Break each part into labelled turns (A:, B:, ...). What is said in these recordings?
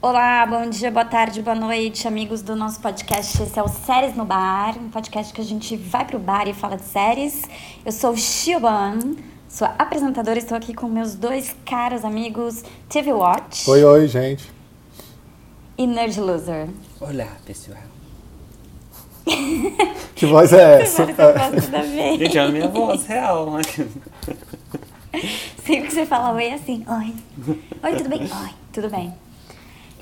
A: Olá, bom dia, boa tarde, boa noite, amigos do nosso podcast. Esse é o Séries no Bar, um podcast que a gente vai pro bar e fala de séries. Eu sou Shioban, sou apresentadora e estou aqui com meus dois caros amigos TV Watch
B: Oi, oi, gente.
A: e Nerd Loser.
C: Olá, pessoal.
B: Que voz é essa?
A: Agora eu gosto da vez.
C: tá- Gente, é a minha voz real, né?
A: Sempre que você fala oi, é assim, oi. Oi, tudo bem? Oi, tudo bem.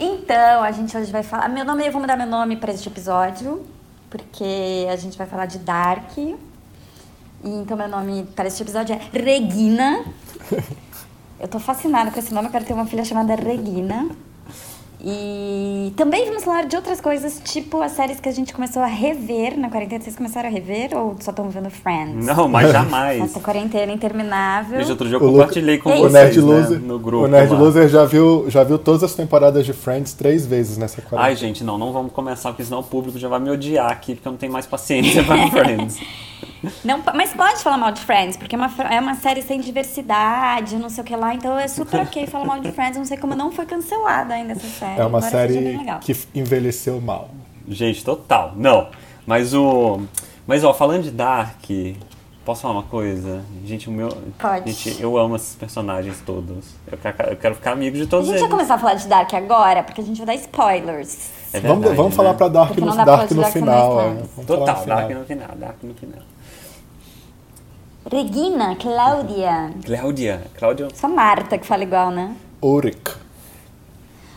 A: Então, a gente hoje vai falar. Meu nome, eu vou mudar meu nome para este episódio, porque a gente vai falar de Dark. E então, meu nome para este episódio é Regina. Eu tô fascinada com esse nome, eu quero ter uma filha chamada Regina. E também vamos falar de outras coisas, tipo as séries que a gente começou a rever na quarentena. Vocês começaram a rever ou só estão vendo Friends?
C: Não, mas jamais.
A: Essa quarentena interminável.
C: Gente, outro dia eu
B: O Luca-
C: compartilhei com
A: É
B: O
C: vocês,
B: Nerd,
C: né,
B: Loser,
C: no grupo
B: o Nerd
C: lá.
B: Loser já viu, já viu todas as temporadas de Friends três vezes nessa
C: Ai,
B: quarentena.
C: gente, não, não vamos começar, porque senão o público já vai me odiar aqui, porque eu não tenho mais paciência para Friends.
A: Não, po- mas pode falar mal de Friends, porque é uma, fr- é uma série sem diversidade, não sei o que lá, então é super ok falar mal de Friends, não sei como não foi cancelada ainda essa série.
B: é uma
A: embora seja bem
B: série
A: legal.
B: que envelheceu mal.
C: Gente, total. Não. Mas o. Mas ó, falando de Dark, posso falar uma coisa? Gente, o meu.
A: Pode.
C: Gente, eu amo esses personagens todos. Eu quero, eu quero ficar amigo de
A: A
C: todos
A: gente vai
C: eles.
A: começar a falar de Dark agora, porque a gente vai dar spoilers.
C: É
B: vamos
C: verdade,
B: vamos
C: né?
B: falar pra Dark
A: Porque
B: no,
A: não dá pra falar
B: Dark
A: de
B: no
A: Dark sem
B: final.
A: mais
B: é.
A: spoilers.
B: Vamos falar
C: Total,
B: no final.
C: Dark no final, Dark no final.
A: Regina, Cláudia.
C: Cláudia, Cláudia.
A: Só Marta que fala igual, né?
B: Ulrich.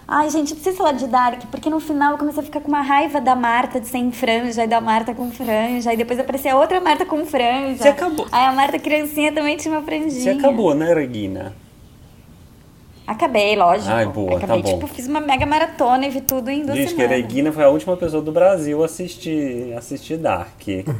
A: Ai, gente, eu preciso falar de Dark, porque no final eu comecei a ficar com uma raiva da Marta de sem franja, e da Marta com franja, e depois aparecia outra Marta com franja.
C: Você acabou-
A: Aí a Marta criancinha também tinha uma franjinha.
C: Você acabou, né, Regina?
A: Acabei, lógico.
C: Ai, boa,
A: Acabei,
C: tá bom.
A: tipo, fiz uma mega maratona e vi tudo em duas
C: Gente, que a
A: semanas.
C: Regina foi a última pessoa do Brasil a assistir, assistir Dark.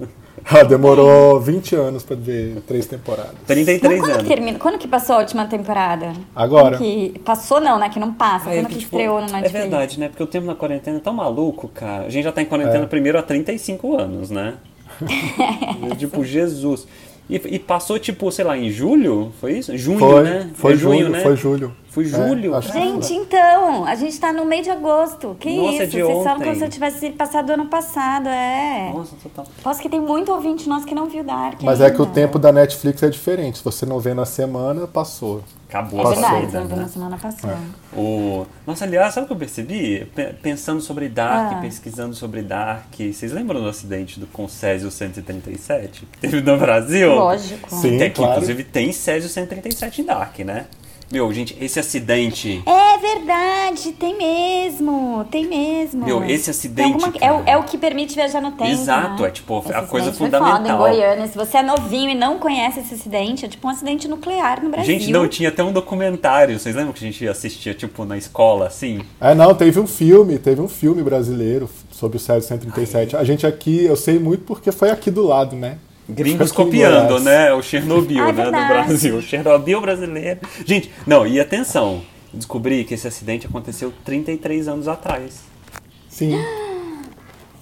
B: Hum. Ah, demorou 20 anos pra ver três temporadas.
C: 33
A: Não, quando que
C: anos.
A: termina? Quando que passou a última temporada?
B: Agora.
A: Quando que- Passou não, né? Que não passa.
C: Ah, é
A: quando
C: que,
A: que,
C: tipo,
A: estreou no
C: É
A: Netflix?
C: verdade, né? Porque o tempo na quarentena é tão maluco, cara. A gente já tá em quarentena
B: É.
C: primeiro há 35 anos, né? É, tipo, Jesus. E, e passou, tipo, sei lá, em julho? Foi isso? Junho,
B: Foi,
C: né?
B: foi
C: É junho,
B: julho,
C: né?
B: foi julho.
C: Foi
B: É,
C: julho?
B: acho que-
A: Gente, então, a gente tá no meio de agosto. Que
C: Nossa, é
A: isso?
C: de
A: Vocês falam
C: ontem.
A: como se eu tivesse passado ano passado, é.
C: Nossa, total.
A: Posso que tem muito ouvinte nosso que não viu Dark
B: Mas é
A: ainda.
B: que o tempo da Netflix é diferente. Se você não vê na semana, passou.
C: Acabou
A: É
C: a
A: verdade,
C: vida,
A: não viu
C: né?
A: na semana passada.
C: O... Nossa, aliás, sabe o que eu percebi? Pe- Pensando sobre Dark,
A: Ah.
C: pesquisando sobre Dark. Vocês lembram do acidente do com Césio 137? Que teve no Brasil?
A: Lógico.
B: É. Sim.
C: Tem aqui,
B: claro.
C: inclusive, tem Césio 137 em Dark, né? Meu, gente, esse acidente.
A: É verdade, tem mesmo, tem mesmo.
C: Meu, esse acidente,
A: Tem
C: cara.
A: é, o, é o que permite viajar no tempo.
C: Exato,
A: né?
C: é tipo,
A: Esse
C: a coisa
A: acidente Foi foda, em
C: fundamental.
A: Goiânia, se você é novinho e não conhece esse acidente, é tipo um acidente nuclear no Brasil.
C: Gente, não, tinha até um documentário. Vocês lembram que a gente assistia, tipo, na escola, assim?
B: É, não, teve um filme, teve um filme brasileiro sobre o César 137. A gente aqui, eu sei muito porque foi aqui do lado, né?
C: Gringos
B: Foi aqui em
C: copiando,
B: Goiás.
C: né? O Chernobyl,
A: Ah, é
C: né? Do
A: verdade.
C: Brasil. O Chernobyl brasileiro. Gente, não, e atenção. Descobri que esse acidente aconteceu 33 anos atrás.
B: Sim.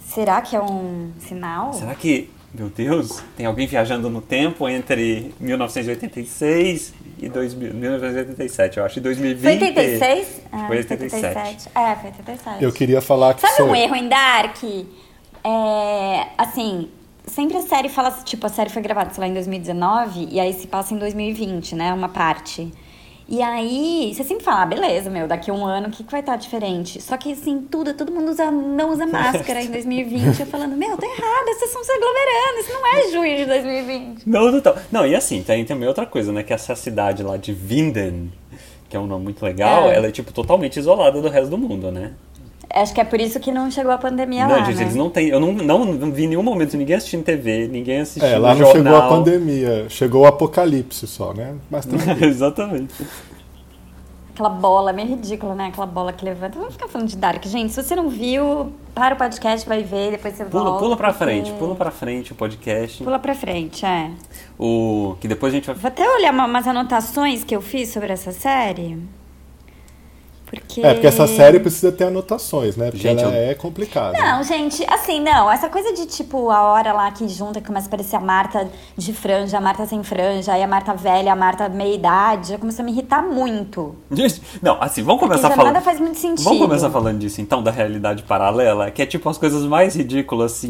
A: Será que é um sinal?
C: Oh. Será que, meu Deus, tem alguém viajando no tempo entre 1986 e 2000, 1987, eu acho, e 2020?
A: Foi 86? Ah,
C: Foi 87.
A: É, foi 87.
B: Eu queria falar que
A: Sabe
B: sou.
A: um erro em Dark? É, assim, sempre a série fala, tipo, a série foi gravada, sei lá, em 2019, e aí se passa em 2020, né? Uma parte. E aí, você sempre fala, ah, beleza, meu, daqui a um ano, o que, que vai estar diferente? Só que, assim, tudo, todo mundo usa, não usa máscara em 2020. Eu falando, meu, tá errado, vocês estão se aglomerando, isso não é junho de 2020.
C: Não, total. Não, e assim, tem também outra coisa, né? Que essa cidade lá de Vinden, que é um nome muito legal,
A: É.
C: ela é, tipo, totalmente isolada do resto do mundo, né?
A: Acho que é por isso que não chegou a pandemia
C: não,
A: lá,
C: gente,
A: né?
C: eles não têm... Eu não, não, não vi em nenhum momento ninguém assistindo TV, ninguém assistindo
B: É, lá não
C: jornal.
B: chegou a pandemia, chegou o apocalipse só, né? Mas tudo bem.
C: Exatamente.
A: Aquela bola, meio ridícula, né? Aquela bola que levanta. Vamos ficar falando de Dark, gente. Se você não viu, para o podcast, vai ver, depois você
C: Pula,
A: volta.
C: pula pra
A: porque-
C: frente, pula pra frente o podcast.
A: Pula pra frente, é.
C: O... Que depois a gente vai
A: Vou até olhar uma- umas anotações que eu fiz sobre essa série. Porque Porque.
B: É, porque essa série precisa ter anotações, né? Porque
C: Gente,
B: ela
C: eu-
B: é complicada.
A: Não, gente, assim, não. Essa coisa de tipo a hora lá que junta, que começa a aparecer a Marta de franja, a Marta sem franja, aí a Marta velha, a Marta meia-idade, já começou a me irritar muito.
C: Gente, Não, assim, vamos
A: Porque
C: começar
A: já
C: falando.
A: nada faz muito sentido.
C: Vamos começar falando disso, então, da realidade paralela, que é tipo as coisas mais ridículas se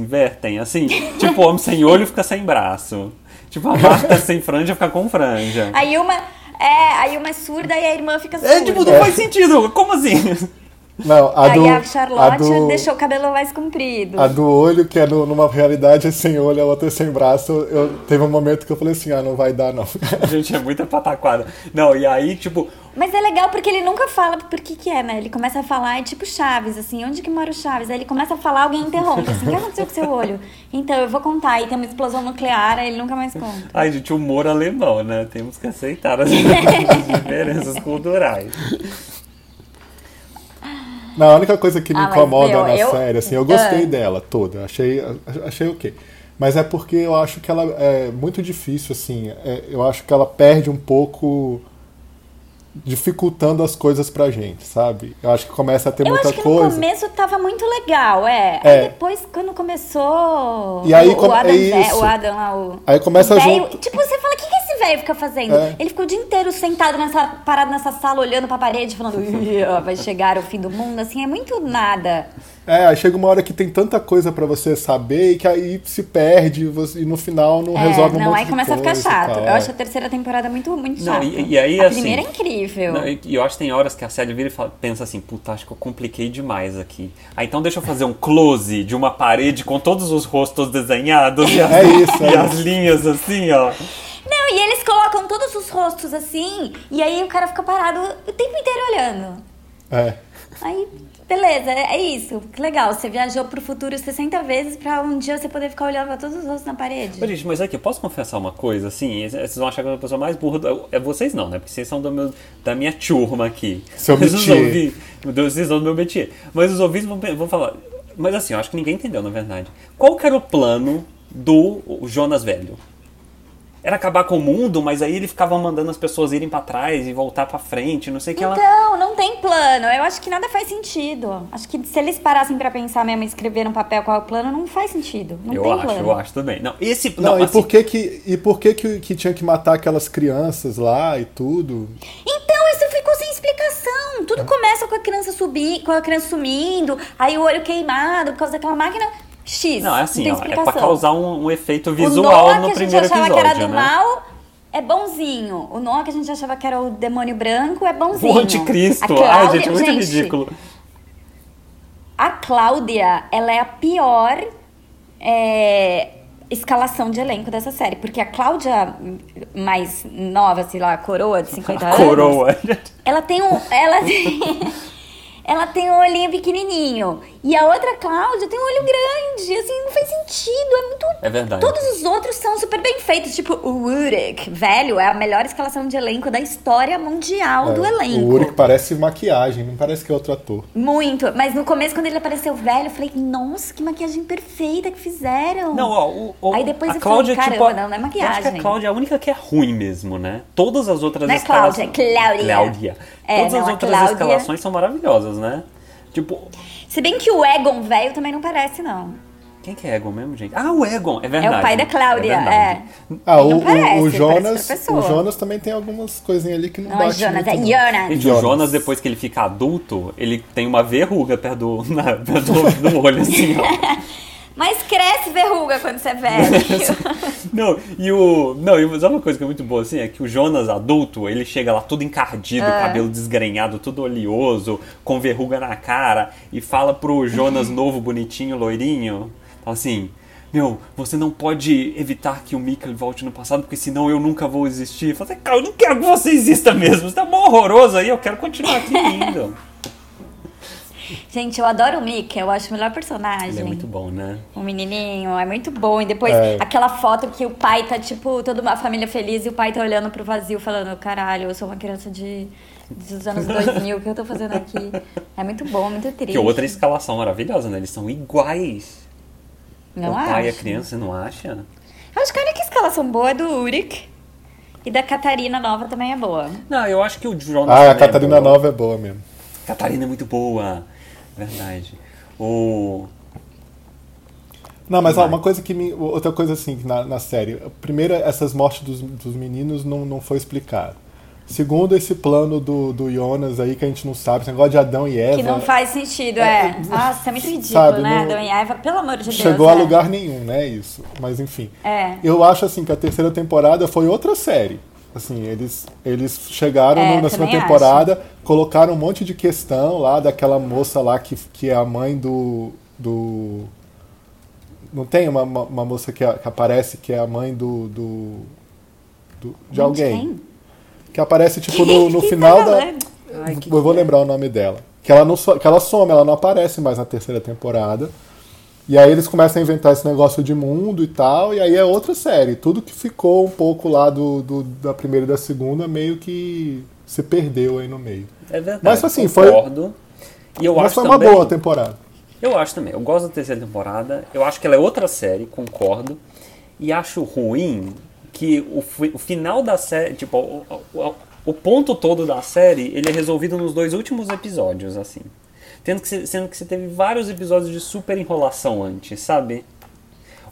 C: invertem, assim. Tipo, o homem sem olho fica sem braço. Tipo, a Marta sem franja fica com franja.
A: Aí uma. É, aí uma é surda e a irmã fica surda.
C: É, tipo, não faz sentido. Como assim?
B: Não,
A: Aí
B: a do,
A: a Charlotte
B: a do-
A: deixou o cabelo mais comprido.
B: A do olho, que é no- numa realidade é sem olho, a outra é sem braço. Eu, eu- teve um momento que eu falei assim, ah, não vai dar, não.
C: Gente, é muita pataquada. Não, e aí, tipo,
A: Mas é legal porque ele nunca fala por que que é, né? Ele começa a falar, é tipo Chaves, assim, onde que mora o Chaves? Aí ele começa a falar, alguém interrompe, assim, o que aconteceu com seu olho? Então, eu vou contar, aí tem uma explosão nuclear, aí ele nunca mais conta.
C: ai, gente, humor alemão, né? Temos que aceitar as diferenças culturais.
B: Não, a única coisa que me
A: Ah, mas,
B: incomoda
A: meu,
B: na
A: eu-
B: série, assim, eu gostei
A: Ah.
B: dela toda, achei, achei ok. Mas é porque eu acho que ela é muito difícil, assim, é, eu acho que ela perde um pouco dificultando as coisas pra gente, sabe? Eu acho que começa a ter
A: Eu
B: muita
A: acho que no
B: coisa.
A: começo tava muito legal, é.
B: É.
A: Aí depois, quando começou
B: E aí
A: o,
B: come-
A: o Adam,
B: é
A: Vé-
B: isso.
A: o Adam lá, o...
B: Aí começa
A: o
B: a
A: véio-
B: junto.
A: Tipo, você fala, o que, que esse velho fica fazendo?
B: É.
A: Ele ficou o dia inteiro sentado nessa, parado nessa sala, olhando pra parede, falando, "Ih, ó, vai chegar o fim do mundo, assim, é muito nada.
B: É, aí chega uma hora que tem tanta coisa pra você saber e que aí se perde e você- e no final não
A: É,
B: resolve um
A: não,
B: monte
A: aí
B: de
A: começa a ficar
B: coisa e
A: chato.
B: tal,
A: Eu
B: é.
A: acho a terceira temporada muito, muito
C: Não,
A: chata.
C: e- e aí,
A: a
C: assim,
A: primeira é incrível.
C: Não, e e eu acho que tem horas que a série vira e fala- pensa assim, puta, acho que eu compliquei demais aqui. Ah, então deixa eu fazer um close de uma parede com todos os rostos desenhados e as,
B: É isso,
C: e
B: é
C: as linhas assim, ó.
A: Não, e eles colocam todos os rostos assim, e aí o cara fica parado o tempo inteiro olhando.
B: É.
A: Aí, beleza, é é isso. Que legal, você viajou pro futuro 60 vezes pra um dia você poder ficar olhando pra todos os rostos na parede.
C: Mas, gente, mas aqui, eu posso confessar uma coisa, assim? E Vocês vão achar que eu sou a pessoa mais burra. do- É vocês não, né? Porque vocês são do meu- da minha turma aqui.
B: Seu
C: Vocês
B: métier.
C: ouvi- Vocês são do meu métier. Mas os ouvintes vão, pe- vão falar. Mas assim, eu acho que ninguém entendeu, na verdade. Qual que era o plano do Jonas Velho? Era acabar com o mundo, mas aí ele ficava mandando as pessoas irem pra trás e voltar pra frente, não sei o que ela.
A: Então, não tem plano. Eu acho que nada faz sentido. Acho que se eles parassem pra pensar mesmo e escrever no papel qual é o plano, não faz sentido. Não
C: Eu
A: tem
C: acho,
A: plano.
C: eu acho também. Não, esse.
B: Não,
C: não,
B: e
C: assim,
B: por que que, e por que, que que tinha que matar aquelas crianças lá e tudo?
A: Então, isso ficou sem explicação.
C: É.
A: Tudo começa com a criança subir, com a criança sumindo, aí o olho queimado por causa daquela máquina. X.
C: Não, é assim,
A: tem
C: ó, é
A: explicação.
C: pra causar um, um efeito
A: o
C: visual
A: Noah,
C: no
A: que a gente
C: primeiro
A: achava
C: episódio.
A: que era do
C: né?
A: mal, é bonzinho. O Noah, que a gente achava que era o demônio branco, é bonzinho.
C: O anticristo.
A: A
C: Ai,
A: Cláudia-
C: gente, é muito ridículo.
A: A Cláudia, ela é a pior é, escalação de elenco dessa série. Porque a Cláudia mais nova, sei lá, coroa de 50 anos...
C: Coroa.
A: Ela tem um. Ela tem. Ela tem um olhinho pequenininho. E a outra, Cláudia, tem um olho grande. Assim, não faz sentido. É muito.
C: É verdade.
A: Todos os outros são super bem feitos. Tipo, o Urek, velho, é a melhor escalação de elenco da história mundial do
B: É,
A: elenco.
B: O Uri que parece maquiagem, não parece que é outro ator.
A: Muito. Mas no começo, quando ele apareceu velho, eu falei, nossa, que maquiagem perfeita que fizeram.
C: Não, ó, o, o-
A: Aí depois
C: a
A: eu falei,
C: Cláudia, é tipo,
A: caramba, não, não é
C: Eu acho que
A: maquiagem.
C: a Cláudia é a única que é ruim mesmo, né? Todas as outras
A: Não é
C: escalações.
A: Cláudia, é Cláudia.
C: Cláudia.
A: É,
C: Todas
A: não,
C: as
A: a
C: outras
A: Cláudia-
C: escalações são maravilhosas, né? Tipo,
A: Se bem que o Egon velho também não parece, não.
C: quem que é Egon mesmo, gente? Ah, o Egon, é verdade.
A: É o pai da Cláudia,
C: É verdade.
B: Ah,
A: Não
B: o, o-
A: parece,
B: o
A: parece
B: Jonas,
A: outra pessoa.
B: o Jonas também tem algumas coisinhas ali que não,
A: Não é
B: bate
A: Jonas,
B: muito,
A: é
B: não.
A: Jonas.
C: Gente, o
B: Jonas.
C: Jonas, é depois que ele fica adulto, ele tem uma verruga perto do, na- perto do, do olho, assim, ó.
A: Mas cresce verruga quando você é velho.
C: Não, e o. Não, e sabe uma coisa que é muito boa assim? É que o Jonas adulto, ele chega lá todo encardido,
A: É.
C: cabelo desgrenhado, todo oleoso, com verruga na cara, e fala pro Jonas novo, bonitinho, loirinho, fala assim. Meu, você não pode evitar que o Mikkel volte no passado, porque senão eu nunca vou existir. Fala assim, cara, eu não quero que você exista mesmo. Você tá mó horroroso aí, eu quero continuar aqui lindo.
A: Gente, eu adoro o Mickey, eu acho o melhor personagem.
C: Ele é muito bom, né?
A: O menininho é muito bom. E depois
B: É.
A: aquela foto que o pai tá, tipo, toda uma família feliz e o pai tá olhando pro vazio falando: caralho, eu sou uma criança de dos anos 2000, o que eu tô fazendo aqui? É muito bom, muito triste.
C: Que outra escalação maravilhosa, né? Eles são iguais.
A: Não
C: o pai e a
A: acho.
C: criança, você não acha?
A: Eu Acho que a única escalação boa é do Uric. E da Catarina Nova também é boa.
C: Não, eu acho que o Jonas.
B: Ah, a
C: também é
B: Catarina
C: boa.
B: Nova é boa mesmo.
C: Catarina é muito boa. Verdade. O.
B: Não, mas ó, uma coisa que me. Outra coisa assim na, na série. Primeiro, essas mortes dos, dos meninos não, não foi explicado. Segundo, esse plano do, do Jonas aí que a gente não sabe, esse negócio de Adão e Eva.
A: Que não faz sentido, é. Nossa, é muito ridículo,
B: Sabe,
A: né?
B: não-
A: Adão e Eva, pelo amor de Deus.
B: Chegou a
A: né?
B: lugar nenhum, né? Isso. Mas enfim.
A: É.
B: Eu acho assim que a terceira temporada foi outra série. Assim, eles, eles chegaram
A: É,
B: no- na segunda
A: também
B: temporada, colocaram um monte de questão lá daquela moça lá que, que é a mãe do. do não tem uma, uma, uma moça que, a- que aparece que é a mãe do. do, do- de
A: Gente,
B: alguém.
A: quem?
B: Que aparece, tipo, no, no
A: Quem tá
B: final da.
A: falando?
C: Ai, que-
B: Eu vou lembrar o nome dela. Que ela, não so- que ela some, ela não aparece mais na terceira temporada. E aí eles começam a inventar esse negócio de mundo e tal, e aí é outra série. Tudo que ficou um pouco lá do, do- da primeira e da segunda meio que se perdeu aí no meio.
C: É verdade.
B: Mas, assim, foi-
C: concordo. E eu
B: Mas
C: acho
B: foi uma
C: também-
B: boa temporada.
C: Eu acho também. Eu gosto da terceira temporada. Eu acho que ela é outra série, concordo. E acho ruim que o, fi- o final da série, tipo, o, o- o ponto todo da série, ele é resolvido nos dois últimos episódios, assim. Tendo que se- sendo que você teve vários episódios de super enrolação antes, sabe?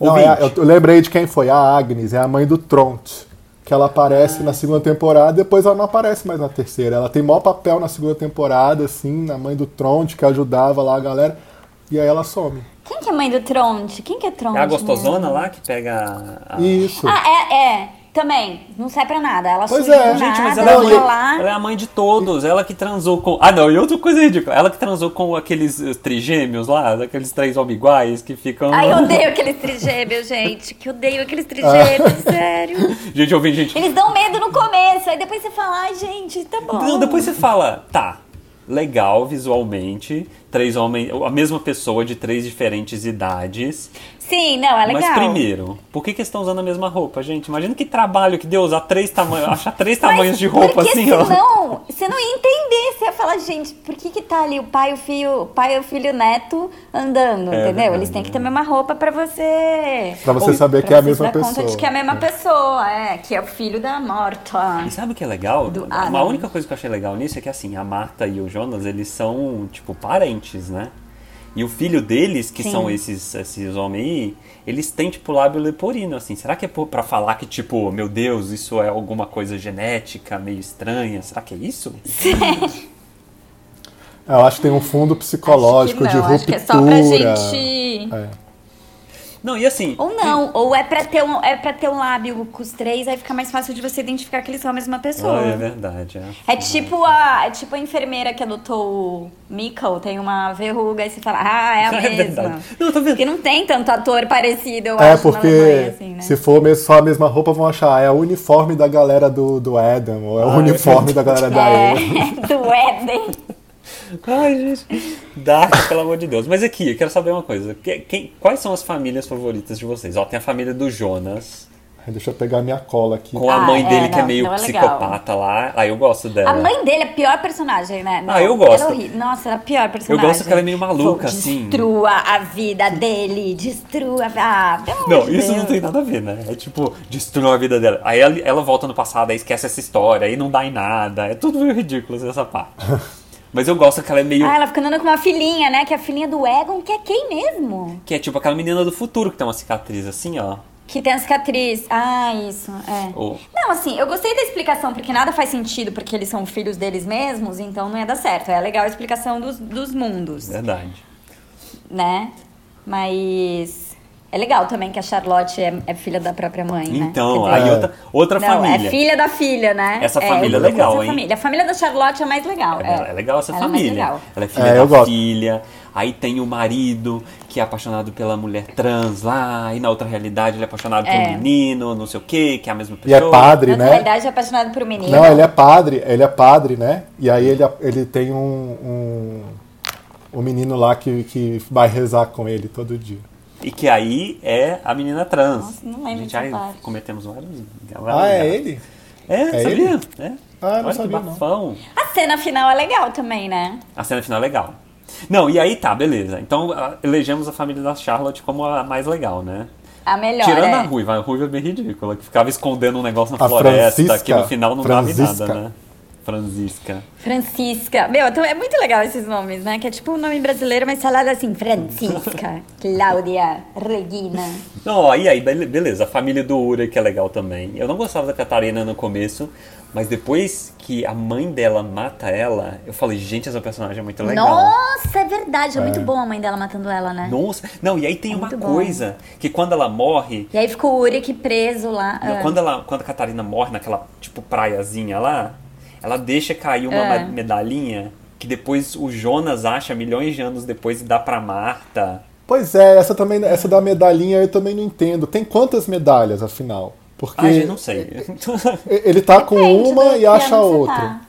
B: Não, é a- eu,
C: Ouvinte,
B: eu lembrei de quem foi, a Agnes, é a mãe do Tront. Que ela aparece na segunda temporada, depois ela não aparece mais na terceira. Ela tem maior papel na segunda temporada, assim, na mãe do Tront, que ajudava lá a galera, e aí ela some.
A: Quem que é mãe do Tronte? Quem que é Tronte?
C: é a gostosona
A: mesmo?
C: lá que pega a... a-
B: Isso.
A: Ah, é, é. Também. Não sai pra nada. Ela
B: Pois
A: surge
B: é.
A: do
C: Gente, mas
A: nada,
B: Não,
C: ela, é
A: tá
C: mãe-
A: lá.
C: ela é a mãe de todos. Ela que transou com. Ah, não, e outra coisa ridícula. Ela que transou com aqueles eh, trigêmeos lá, daqueles três obiguais que ficam.
A: Ai, eu odeio aqueles trigêmeos, gente. Que odeio aqueles trigêmeos, sério.
C: Gente, eu ouvi, gente.
A: Eles dão medo no começo, aí depois você fala, ai, gente, tá bom.
C: Não, depois você fala, tá, legal visualmente, três homens, a mesma pessoa de três diferentes idades.
A: Sim, não, é legal.
C: Mas primeiro, por que, que eles estão usando a mesma roupa, gente? Imagina que trabalho que deu usar três tamanhos, achar três tamanhos de roupa
A: porque
C: assim, ó.
A: senão, Você não ia entender, você ia falar, gente, por que que tá ali o pai, o filho, o pai, o filho, e o neto andando,
C: É
A: entendeu?
C: verdade,
A: Eles têm que ter a
C: né?
A: mesma roupa pra você.
B: Pra você
C: Ou-
B: saber
A: pra
B: que é a
A: você se
B: mesma
A: dar
B: pessoa.
A: conta de que é a mesma pessoa, é, que é o filho da morta.
C: E sabe o que é legal?
A: Do
C: Uma
A: Adam.
C: única coisa que eu achei legal nisso é que assim, a Marta e o Jonas, eles são, tipo, parentes, né? E o filho deles, que
A: Sim.
C: são esses, esses homens aí, eles têm, tipo, lábio leporino, assim. Será que é por- pra falar que, tipo, meu Deus, isso é alguma coisa genética meio estranha? Será que é isso?
B: Eu acho que tem um fundo psicológico
A: Acho que
B: de
A: não,
B: ruptura.
A: acho que é só pra gente...
B: É.
C: Não, e assim,
A: Ou não, ou é pra, ter um, é pra ter um lábio com os três, aí fica mais fácil de você identificar que eles são a mesma pessoa.
C: Ah, é verdade, é.
A: É tipo, a, é tipo a enfermeira que adotou o Mikkel, tem uma verruga, e você fala, ah, é a
C: É
A: mesma.
C: verdade. Não, eu tô vendo.
A: Porque não tem tanto ator parecido, eu
B: É,
A: acho,
B: porque
A: na Alemanha, assim, né?
B: se for mesmo só a mesma roupa, vão achar ah, é o uniforme da galera do, do Adam, ou é o
C: Ah, é
B: uniforme da galera da Eva.
A: É, do Éden.
C: Ai, gente. Dark, pelo amor de Deus. Mas aqui, eu quero saber uma coisa. Que- quem- quais são as famílias favoritas de vocês? Ó, tem a família do Jonas,
B: Aí Deixa eu pegar minha cola aqui.
C: com a
A: Ah,
C: mãe
A: é,
C: dele que é
A: não,
C: meio
A: não é legal.
C: psicopata lá. Aí eu gosto dela.
A: A mãe dele é a pior personagem, né? Não,
C: Ah, eu
A: Ela
C: gosto.
A: é horrível. Nossa, ela é a pior personagem.
C: gosto que ela é meio maluca,
A: Vou-
C: assim.
A: Destrua a vida dele, destrua... Ah, pelo amor
C: Não,
A: de
C: isso não
A: Deus.
C: tem nada a ver, né? É tipo, destrói a vida dela. Aí ela, ela volta no passado, aí esquece essa história, aí não dá em nada. É tudo meio ridículo assim, essa parte. Mas eu gosto que ela é meio.
A: Ah, ela fica andando com uma filhinha, né? Que é a filhinha do Egon, que é quem mesmo?
C: Que é tipo aquela menina do futuro que tem uma cicatriz assim, ó.
A: Que tem a cicatriz. Ah, isso, é.
C: Ou-
A: Não, assim, eu gostei da explicação, porque nada faz sentido, porque eles são filhos deles mesmos, então não ia dar certo. É legal a explicação dos, dos mundos,
C: Verdade.
A: né? Mas é legal também que a Charlotte é, é filha da própria mãe, né?
C: Então,
A: Quer
C: aí
A: dizer,
B: É.
C: outra, outra
A: não,
C: família.
A: é filha da filha, né?
C: Essa
A: É,
C: família é
A: outra coisa
C: legal, hein?
A: Família. A família da Charlotte é mais legal.
C: É, é legal essa
A: Ela é mais
C: família.
A: legal.
C: Ela é filha
B: É,
C: da
B: eu gosto.
C: filha. Aí tem o marido que é apaixonado pela mulher trans lá, e na outra realidade ele é apaixonado por
A: É.
C: um menino, não sei o quê, que é a mesma
B: E
C: pessoa.
B: é padre,
A: Na
B: né?
A: verdade, é apaixonada por um menino.
B: Não, ele é padre, ele é padre, né? E aí ele, ele tem um, um, um menino lá que, que vai rezar com ele todo dia.
C: E que aí é a menina trans.
A: Nossa, não lembro
C: Gente,
A: dessa
C: aí
A: parte.
C: cometemos vários. vários
B: Ah, é
C: erros.
B: ele?
C: É,
B: É
C: sabia?
B: ele?
C: É.
B: Ah, não
C: Olha
B: sabia,
C: que
B: não.
C: bafão.
A: A cena final é legal também, né?
C: A cena final é legal. Não, e aí tá, beleza. Então ah, elegemos a família da Charlotte como a mais legal, né?
A: A melhor.
C: Tirando
A: é.
C: a Ruiva, a Ruiva é bem ridícula, que ficava escondendo um negócio na
B: A
C: floresta,
B: Francisca,
C: que no final não
B: Francisca.
C: dava em nada, né? Francisca.
A: Francisca. Meu, então é muito legal esses nomes, né? Que é tipo um nome brasileiro, mas falado assim, Francisca, Cláudia, Regina.
C: Não, ó, e aí, bele- beleza, a família do Ura que é legal também. Eu não gostava da Catarina no começo, mas depois que a mãe dela mata ela, eu falei, gente, essa personagem é muito legal.
A: Nossa, é verdade. É, muito bom a mãe dela matando ela, né?
C: Nossa. Não, e aí tem uma
A: É muito bom.
C: coisa, que quando ela morre,
A: E aí ficou o Uric preso lá.
C: Não,
A: Ah.
C: quando, ela, quando a Catarina morre naquela, tipo, praiazinha lá, ela deixa cair uma
A: É.
C: ma- medalhinha que depois o Jonas acha milhões de anos depois e dá pra Marta.
B: Pois é, essa também, essa da medalhinha eu também não entendo. Tem quantas medalhas, afinal? Porque
C: Ai, gente, Ah, não sei.
B: ele tá com
A: Depende
B: uma
A: do
B: e
A: que
B: acha
A: ano você
B: outra.
A: tá.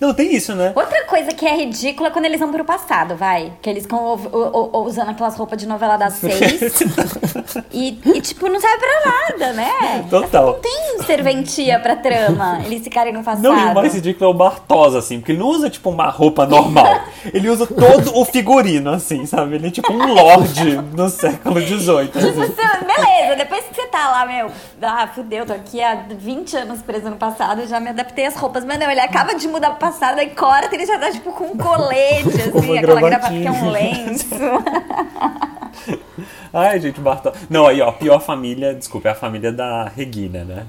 C: não, tem isso, né?
A: Outra coisa que é ridícula é quando eles vão pro passado, vai. Que eles ficam o- o- o- usando aquelas roupas de novela das seis. e, e, tipo, não serve pra nada, né?
C: Total.
A: Tem serventia pra trama, eles ficarem no passado.
C: Não, e o mais ridículo é o Bartosa, assim, porque ele não usa, tipo, uma roupa normal. Ele usa todo o figurino, assim, sabe? Ele é tipo um lorde do século XVIII. assim.
A: Você- Beleza, depois que você tá lá, meu, ah, fudeu, tô aqui há 20 anos presa no passado, já me adaptei às roupas. Mas não, ele acaba de mudar pro passado, aí corta, ele já tá tipo com um colete, assim,
C: uma
A: aquela gravata que é um
C: gravatinha.
A: lenço.
C: Ai, gente, o Bartosa... Não, aí, ó, a pior família, desculpa, é a família da Regina, né?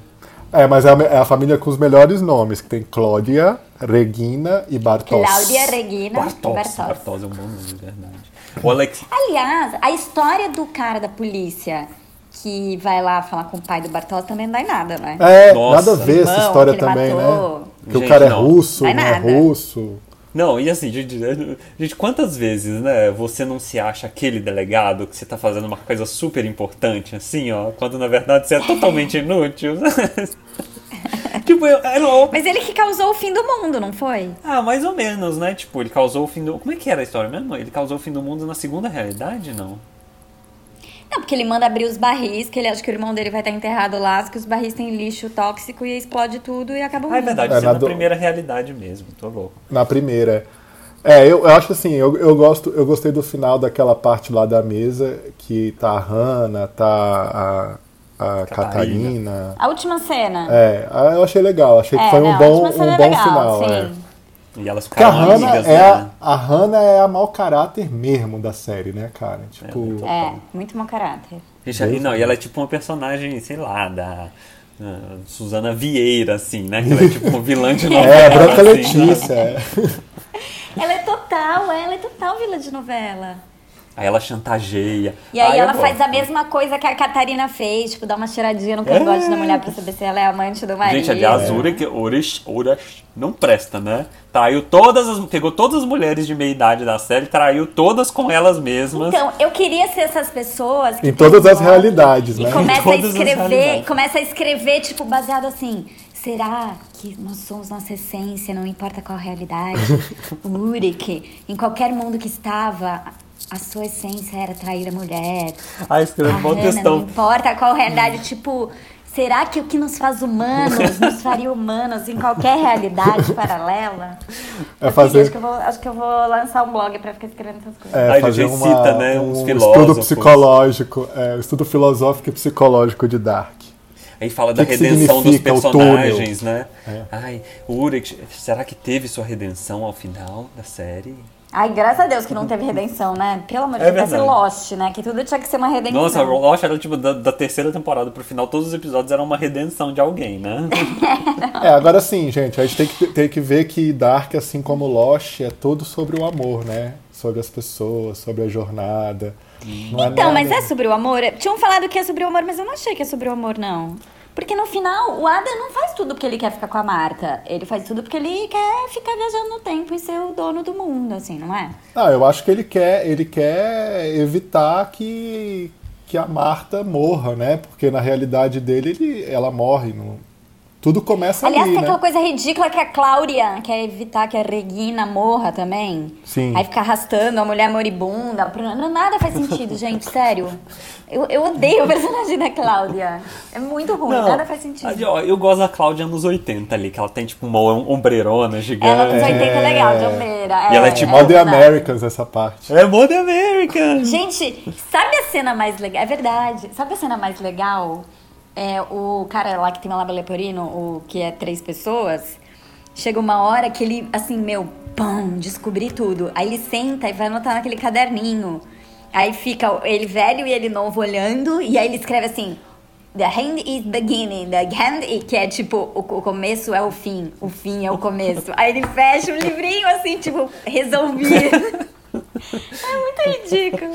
B: É, mas é a, é a família com os melhores nomes, que tem Cláudia, Regina e Bartos.
A: Cláudia Regina
C: Bartos.
A: Bartos.
C: Bartos é um bom nome, de verdade. O Alex.
A: Aliás, a história do cara da polícia que vai lá falar com o pai do Bartosz também não dá em nada, né?
B: É,
C: Nossa.
B: nada a ver essa
A: Irmão,
B: história
A: que ele
B: também,
A: matou.
B: né? Que o
C: Gente,
B: cara é
C: não.
B: russo,
A: Vai
B: não é
A: nada.
B: russo.
C: Não, e assim, gente, gente, quantas vezes, né, você não se acha aquele delegado que você tá fazendo uma coisa super importante, assim, ó, quando na verdade você é totalmente inútil. tipo, eu, era o-
A: Mas ele que causou o fim do mundo, não foi?
C: Ah, mais ou menos, né? Tipo, ele causou o fim do. Como é que era a história mesmo? Ele causou o fim do mundo na segunda realidade, não?
A: Não, porque ele manda abrir os barris, que ele acha que o irmão dele vai estar enterrado lá, que os barris têm lixo tóxico e explode tudo e acaba o
C: Ah, é
A: mundo.
C: verdade,
B: É,
C: isso é
B: na
C: na
B: do-
C: primeira realidade mesmo, tô louco.
B: Na primeira. É, eu, eu acho assim, eu, eu gosto, eu gostei do final daquela parte lá da mesa que tá a Hannah, tá a, a Catarina.
C: Catarina.
A: A última cena.
B: É, ah, eu achei legal, achei que foi um
A: não, a
B: bom,
A: última cena
B: um
A: é
B: bom
A: legal,
B: final.
A: sim.
B: é.
C: E elas
B: Porque a
C: ficaram
B: Hannah,
C: amigas,
B: é
C: né?
B: a, a Hannah é a mau caráter mesmo da série, né, cara? Tipo,
A: É, muito mau caráter.
C: Gente, ali não, e ela é tipo uma personagem, sei lá, da ah, Suzana Vieira, assim, né? Que ela é tipo uma vilã de novela.
B: é, Branca
C: assim,
B: Letícia.
C: sabe?
B: é.
A: Ela é total, ela é total vila de novela.
C: Aí ela chantageia.
A: E aí
C: Ah, eu
B: é
A: ela faz
C: gosto.
A: a mesma coisa que a Catarina fez, tipo, dá uma cheiradinha no cangote da mulher pra saber se ela é amante do marido.
C: Gente, aliás, Urek, Urish, Urash não presta, né? Traiu todas as. Pegou todas as mulheres de meia idade da série, traiu todas com elas mesmas.
A: Então, eu queria ser essas pessoas que
B: Em todas
A: tem um
B: as
A: blog
B: realidades,
A: e é
B: né?
A: começa a
C: Todas as
A: escrever,
C: realidades.
A: começa a escrever tipo baseado assim, será que nós somos nossa essência, não importa qual realidade? O Uric, em qualquer mundo que estava, a sua essência era trair a mulher.
C: Ah, escreveu
A: A
C: um bom
A: Hannah, não
C: textão.
A: importa qual realidade, tipo, será que o que nos faz humanos nos faria humanos em qualquer realidade paralela?
B: É
A: Eu queria, Acho
B: fazer-
A: que eu vou, acho que eu vou lançar um blog pra ficar escrevendo essas coisas.
B: É,
C: Aí a
B: fazer
C: gente
B: uma-
C: cita, né, uns
B: um estudo
C: filósofos.
B: psicológico, é, um estudo filosófico e psicológico de Dark.
C: Aí fala da
B: que que
C: redenção dos
B: significa o É.
C: personagens, né? Ai, o Urek, será que teve sua redenção ao final da série?
A: Ai, graças a Deus que não teve redenção, né? Pelo amor de
C: É
A: Deus, parece
C: verdade.
A: Lost, né? Que tudo tinha que ser uma redenção.
C: Nossa, a Lost era tipo da, da terceira temporada pro final, todos os episódios eram uma redenção de alguém, né?
B: É, agora sim, gente, a gente tem que, tem que ver que Dark, assim como Lost, é todo sobre o amor, né? Sobre as pessoas, sobre a jornada. Não é
A: Então, mas
B: nada-
A: é sobre o amor? Tinham falado que é sobre o amor, mas eu não achei que é sobre o amor, não. Porque no final, o Adam não faz tudo porque ele quer ficar com a Marta. Ele faz tudo porque ele quer ficar viajando no tempo e ser o dono do mundo, assim, não é?
B: Não, Ah, eu acho que ele quer, ele quer evitar que, que a Marta morra, né? Porque na realidade dele, ele, ela morre. não- Tudo começa
A: Aliás,
B: ali,
A: tem
B: né?
A: aquela coisa ridícula que a Cláudia quer evitar que a Regina morra também.
B: Sim.
A: Aí fica arrastando a mulher moribunda. pro- não- Nada faz sentido, gente, sério. Eu, eu odeio o personagem da Cláudia. É muito ruim, nada faz
C: ali,
A: sentido.
C: ó, eu gosto da Cláudia nos 80 ali, que ela tem tipo uma om- ombreirona gigante.
A: Ela nos 80 é legal, de ombreira.
C: E ela é tipo
B: All the
A: não.
B: Americans, essa parte.
C: É Modern American!
A: Gente, sabe a cena mais legal? É verdade. Sabe a cena mais legal? É o cara lá que tem o lábio leporino, o que é três pessoas. Chega uma hora que ele, assim, meu, pão, descobri tudo. Aí ele senta e vai anotar naquele caderninho. Aí fica ele velho e ele novo olhando, e aí ele escreve assim: The hand is beginning, the hand, is... que é tipo, o, o começo é o fim, o fim é o começo. Aí ele fecha o livrinho assim, tipo, resolvi. é muito ridículo.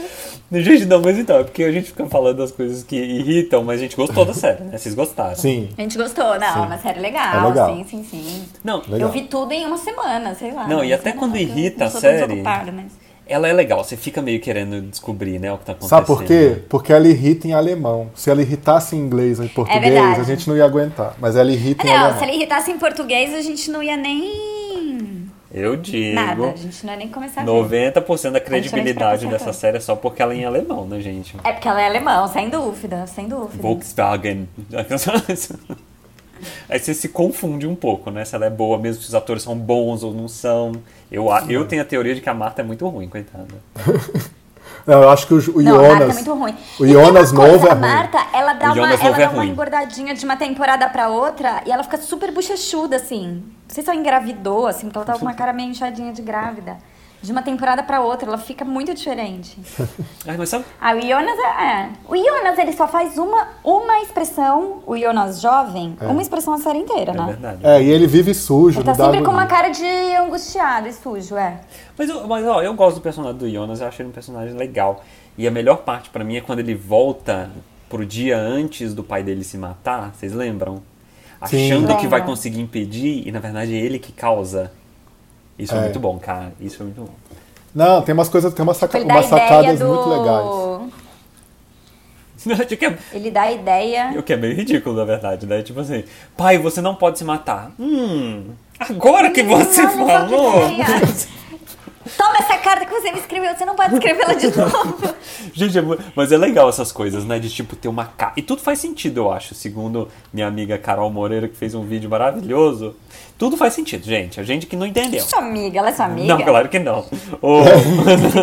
C: Gente, não, mas então, é porque a gente fica falando das coisas que irritam, mas a gente gostou da série, né? Vocês gostaram.
B: Sim.
A: A gente gostou, não,
B: Sim.
A: é uma série legal,
B: É legal.
A: sim, sim, sim.
C: Não,
B: Legal.
A: Eu vi tudo em uma semana, sei lá.
C: Não, e
A: sei
C: até
A: lá,
C: quando
A: eu- eu
C: irrita a
A: sou tão
C: série-
A: desocupada, mas-
C: ela é legal, você fica meio querendo descobrir, né, o que tá acontecendo.
B: Sabe por quê? Porque ela irrita em alemão. Se ela irritasse em inglês ou em português,
A: É verdade.
B: a gente não ia aguentar. Mas ela
A: Ah,
B: irrita em
A: não,
B: alemão.
A: se ele irritasse em português, a gente não ia nem.
C: Eu digo.
A: Nada, a gente não ia nem começar a ver.
C: 90%
A: A
C: da
A: gente
C: credibilidade
A: vai
C: dessa
A: consertar.
C: série é só porque ela é em alemão, né, gente?
A: É porque ela é alemão, sem dúvida, sem dúvida.
C: Volkswagen. Aí você se confunde um pouco, né? Se ela é boa mesmo, se os atores são bons ou não são. Eu, a- eu tenho a teoria de que a Marta é muito ruim, coitada.
B: Não, eu acho que o, o
A: Não, a Marta é
B: Jonas.
A: muito ruim.
B: O
A: E tem
B: Jonas
A: uma coisa,
B: novo é
A: a
B: ruim.
A: Marta, ela dá,
C: O
A: uma,
C: Jonas
A: ela
C: novo é
A: dá uma
C: ruim.
A: engordadinha de uma temporada pra outra e ela fica super bochechuda, assim. Não sei se ela engravidou, assim, porque ela tava com uma cara meio inchadinha de grávida. De uma temporada pra outra, ela fica muito diferente.
C: Ai, mas sabe?
A: Ah, o Jonas é, é. O Jonas, ele só faz uma, uma expressão, o Jonas jovem, uma expressão a série inteira,
C: É
A: né?
C: verdade.
B: É, e ele vive sujo.
A: Ele tá
B: não dá um-
A: sempre com uma
B: agonia.
A: cara de angustiado e sujo, é.
C: Mas, eu- mas ó, eu gosto do personagem do Jonas, eu achei ele um personagem legal. E a melhor parte pra mim é quando ele volta pro dia antes do pai dele se matar, vocês lembram?
B: Sim.
C: Achando que
A: Lembro.
C: vai conseguir impedir, e na verdade é ele que causa. Isso é,
B: É.
C: muito bom, cara. Isso é muito bom.
B: Não, tem umas coisas, tem umas, saca-
A: Tipo, Ele dá a
B: umas
A: ideia
B: sacadas
A: do...
B: muito legais.
C: Acho que é-
A: Ele dá a ideia...
C: O que é meio ridículo, na verdade, né? Tipo assim, pai, você não pode se matar. Hum, agora que você
A: olha só que
C: falou.
A: ideia. Toma essa carta que você me escreveu, você não pode escrevê-la de novo.
C: Gente, é mu- mas é legal essas coisas, né? De tipo ter uma cara. E tudo faz sentido, eu acho. Segundo minha amiga Carol Moreira, que fez um vídeo maravilhoso. Tudo faz sentido, gente. A gente que não entendeu.
A: Sua amiga, ela é sua amiga.
C: Não, claro que não. Ô,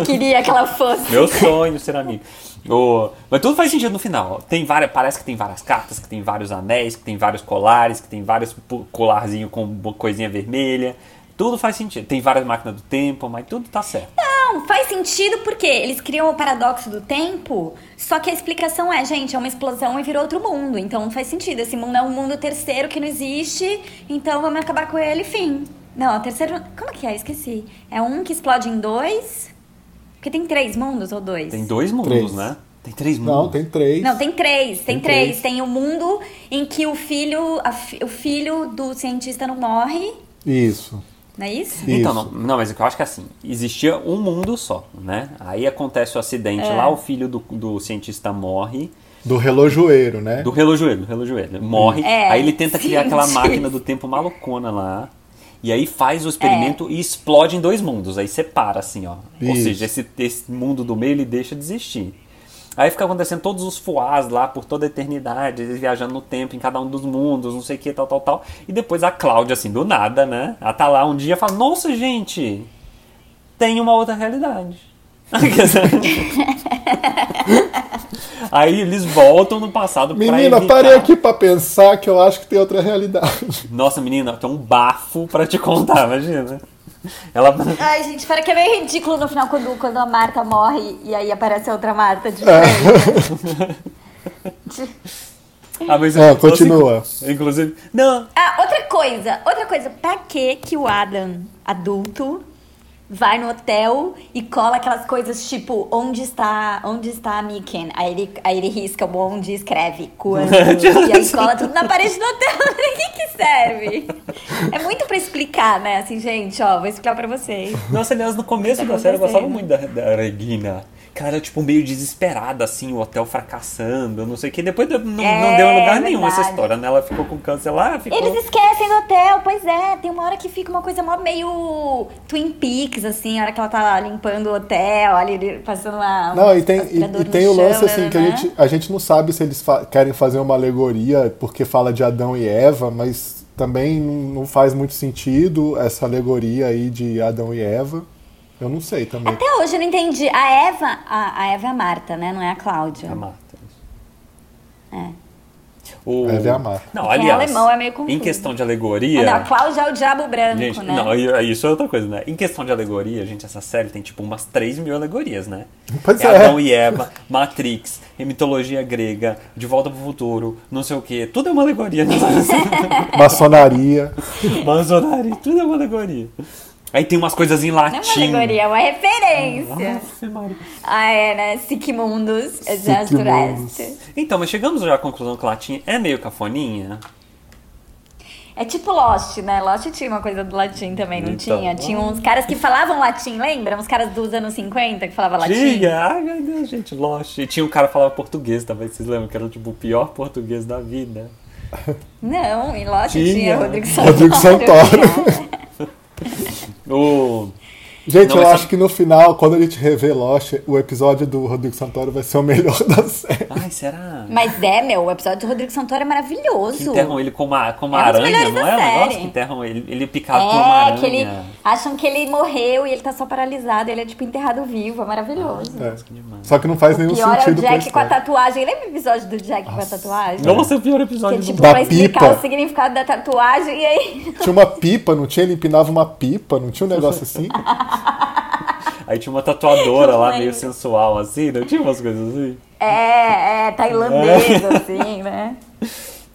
A: Queria que ela fosse.
C: meu sonho ser amigo. Ô, mas tudo faz sentido no final. Tem várias, parece que tem várias cartas, que tem vários anéis, que tem vários colares, que tem vários pu- colarzinho com bo- coisinha vermelha. Tudo faz sentido. Tem várias máquinas do tempo, mas tudo tá certo.
A: Não, faz sentido porque eles criam o paradoxo do tempo, só que a explicação é, gente, é uma explosão e virou outro mundo. Então não faz sentido. Esse mundo é um mundo terceiro que não existe, então vamos acabar com ele, fim. Não, o terceiro. Como que é? Esqueci. É um que explode em dois. Porque tem três mundos ou dois?
C: Tem dois mundos,
B: Três.
C: né? Tem três mundos.
B: Não, tem três.
A: Não, tem três, tem,
B: Tem
A: três.
B: três.
A: Tem o mundo em que o filho, a fi- o filho do cientista não morre,
B: Isso.
A: não é isso?
B: Isso.
C: Então, não, não, mas eu acho que assim, existia um mundo só, né? Aí acontece o acidente lá, o filho do, do cientista morre,
B: Do relojoeiro, né?
C: do relojoelho, do relojoelho, morre,
A: É,
C: aí ele tenta
A: sim,
C: criar aquela
A: sim.
C: máquina do tempo malucona lá, e aí faz o
A: É.
C: experimento e explode em dois mundos, aí separa assim, ó. Ou
B: Isso.
C: seja, esse, esse mundo do meio ele deixa de existir. Aí fica acontecendo todos os fuás lá por toda a eternidade, eles viajando no tempo, em cada um dos mundos, não sei o que, tal, tal, tal. E depois a Cláudia, assim, do nada, né? Ela tá lá um dia e fala, nossa, gente, tem uma outra realidade. Aí eles voltam no passado pra
B: Menina,
C: evitar.
B: parei aqui pra pensar que eu acho que tem outra realidade.
C: Nossa, menina, tem um bafo pra te contar, imagina. Ela
A: Ai, gente, para que é meio ridículo no final quando, quando a Marta morre e aí aparece a outra Marta de
C: Ah, mas-
B: É, continua.
C: Inclusive, não,
A: Ah, outra coisa, outra coisa, pra que que o Adam, adulto, vai no hotel e cola aquelas coisas tipo, onde está, onde está a Micken? Aí ele, aí ele risca o onde e escreve quando, e aí cola tudo na parede do hotel, pra que que serve? É muito pra explicar, né, assim, gente, ó, vou explicar pra vocês.
C: Nossa, aliás, no começo
A: Tá
C: da série eu gostava muito da, da Regina. Que ela era, tipo, meio desesperada, assim, o hotel fracassando, não sei o que. Depois não, não
A: É,
C: deu em lugar nenhum
A: verdade.
C: essa história, né? Ela ficou com câncer lá, ficou...
B: Então-
A: Eles esquecem do hotel, pois é. Tem uma hora que fica uma coisa mó meio Twin Peaks, assim, a hora que ela tá limpando o hotel, ali passando uma.
B: Não,
A: um
B: e tem, e-
A: aspirador
B: e
A: no
B: tem o
A: chão,
B: lance assim, que a
A: né?
B: gente, a gente não sabe se eles fa- querem fazer uma alegoria porque fala de Adão e Eva, mas também não não faz muito sentido essa alegoria aí de Adão e Eva. Eu não sei também.
A: Até hoje eu não entendi. A Eva.
C: É
A: A, a Eva é a Marta, né? Não é a Cláudia.
C: A Marta.
A: É.
C: O...
B: Ela é a marca.
C: Não,
A: Quem é
C: aliás,
A: alemão é meio confuso.
C: em questão de
A: Ah,
C: alegoria...
A: não, a Cláudia é o diabo branco,
C: Gente,
A: né?
C: não, e- e isso é outra coisa, né? Em questão de alegoria, gente, essa série tem tipo umas 3 mil alegorias, né?
B: Pois
C: é
B: é.
C: Adão e Eva, Matrix, mitologia grega, De Volta pro Futuro, não sei o quê. Tudo é uma alegoria. né?
B: Maçonaria.
C: Masonari, tudo é uma alegoria. Aí tem umas coisas em
A: Não é
C: latim.
A: uma alegoria, é uma referência.
C: Ave Maria.
A: Ah, é, né? Siquimundus, Just
B: Siquimundus.
A: Rest.
C: Então, mas chegamos já à conclusão que latim é meio cafoninha.
A: É tipo Lost, né? Lost tinha uma coisa do latim também, não
C: Então.
A: tinha? Tinha uns caras que falavam latim, lembra? Uns caras dos anos 50 que falavam latim.
C: Tinha, ai meu Deus, gente, Lost. E tinha um cara que falava português também, vocês lembram? Que era tipo o pior português da vida.
A: Não, em Lost
C: Tinha.
A: tinha, Rodrigo Santoro.
B: Rodrigo Santoro.
C: O...
B: Gente,
C: Não,
B: eu
C: mas-
B: acho que no final, quando a gente rever Lost, o episódio do Rodrigo Santoro vai ser o melhor da série.
C: Ai, será?
A: Mas é, meu, o episódio do Rodrigo Santoro é
C: Que
A: maravilhoso.
C: enterram ele com uma, com uma
A: É um dos
C: aranha,
A: melhores
C: não
A: da
C: é? O negócio
A: série.
C: que enterram ele, ele é picado por uma
A: É,
C: aranha.
A: que ele. Acham que ele morreu e ele tá só paralisado, ele é tipo enterrado vivo, é maravilhoso.
B: É.
C: Que demais.
B: Só que não faz nenhum
A: Pior é o
B: sentido pra
A: Jack com a
B: história.
A: tatuagem. Lembra o episódio do Jack com a tatuagem?
C: Nossa, é o pior
A: Que
C: episódio
A: é,
C: do
A: tipo,
B: Da
A: pra explicar
B: pipa.
A: o significado da tatuagem e aí.
B: Tinha uma pipa, não tinha? Ele empinava uma pipa, não tinha um negócio assim?
C: Aí tinha uma tatuadora
A: Eu
C: lá,
A: lembro.
C: meio sensual, assim, não tinha umas coisas assim?
A: É, é, tailandês, assim, né?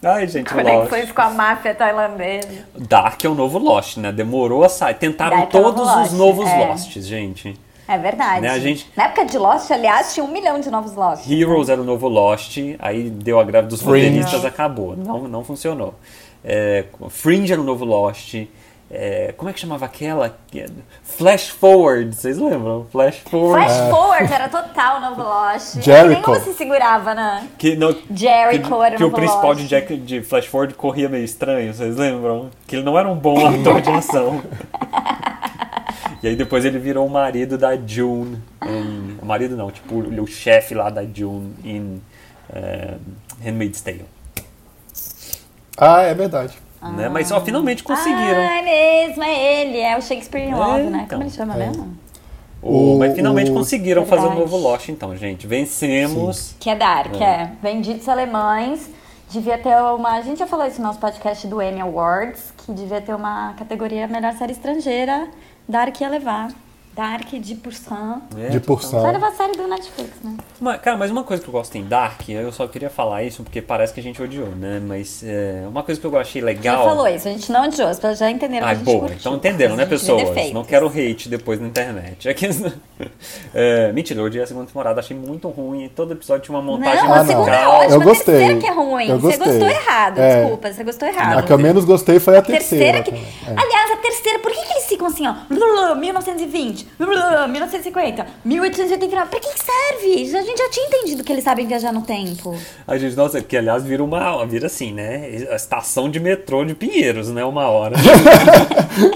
C: Ai, gente,
A: é
C: Lost.
A: Conexões com a máfia tailandesa.
C: Dark é o novo Lost, né? Demorou a sair. Tentaram
A: Dark é o novo
C: todos os
A: Lost,
C: novos
A: é.
C: Losts, gente.
A: É verdade.
C: Né, a gente-
A: Na época de Lost, aliás, tinha um milhão de novos Lost.
C: Heroes era o novo Lost, aí deu a greve dos
B: Fringe.
C: roteiristas, acabou. Não, não funcionou. É, Fringe era o novo Lost. É, como é que chamava aquela? Flash Forward, vocês lembram? Flash Forward.
A: Flash Forward era total novo Lost.
B: Jericho.
A: Nem você segurava, né?
C: Que, não,
A: Jericho
C: que,
A: era
C: que
A: um
C: o principal
A: Lost.
C: de, Jack, de Flash Forward corria meio estranho, vocês lembram? Que ele não era um bom ator de ação. e aí depois ele virou o marido da June. Em, o marido não, tipo, o, o chefe lá da June em eh, Handmaid's Tale.
B: Ah, é verdade.
C: Né? Mas ó, finalmente conseguiram.
A: Ah, é mesmo, é ele. É o Shakespeare in Love,
C: É,
A: né?
C: então.
A: Como ele chama mesmo?
C: O- mas
B: O-
C: finalmente
B: o-
C: conseguiram fazer um
A: É Verdade.
C: novo Lost, então, gente. Vencemos.
A: Que é Dark, é. Benditos Alemães. Devia ter uma. A gente já falou isso no nosso podcast do Emmy Awards, que devia ter uma categoria melhor série estrangeira. Dark ia levar. Dark de Pursan.
C: É,
B: De
C: total.
A: Vai
B: porção.
A: levar a série do Netflix, né?
C: Uma- cara, mas uma coisa que eu gosto em Dark, eu só queria falar isso porque parece que a gente odiou, né? Mas é, uma coisa que eu achei
A: Já
C: legal.
A: falou isso, a gente não odiou, as pessoas já entenderam que
C: Ah,
A: a gente
C: boa.
A: curtiu.
C: Então entenderam, né,
A: Mas a gente vê
C: pessoas?
A: defeitos.
C: Não quero hate depois na internet. É que- É, mentira, eu odiei a segunda temporada, achei muito ruim. Todo episódio tinha uma montagem
A: Não, a
B: Ah, não.
A: segunda é
C: musical.
A: ótima,
B: Eu gostei.
A: a terceira que é ruim.
B: Eu
A: Você gostou
B: gostei.
A: errado,
B: É.
A: desculpa, você gostou errado.
B: A que eu menos gostei foi a
A: Ah, terceira
B: terceira.
A: que.
B: também. É.
A: Aliás, a terceira, por que, que eles ficam assim, ó? blululu, 1920, blululu, 1950, 1889. Pra que que serve? A gente já tinha entendido que eles sabem viajar no tempo.
C: A gente, nossa, que aliás vira uma. Vira assim, né? A estação de metrô de Pinheiros, né? Uma hora.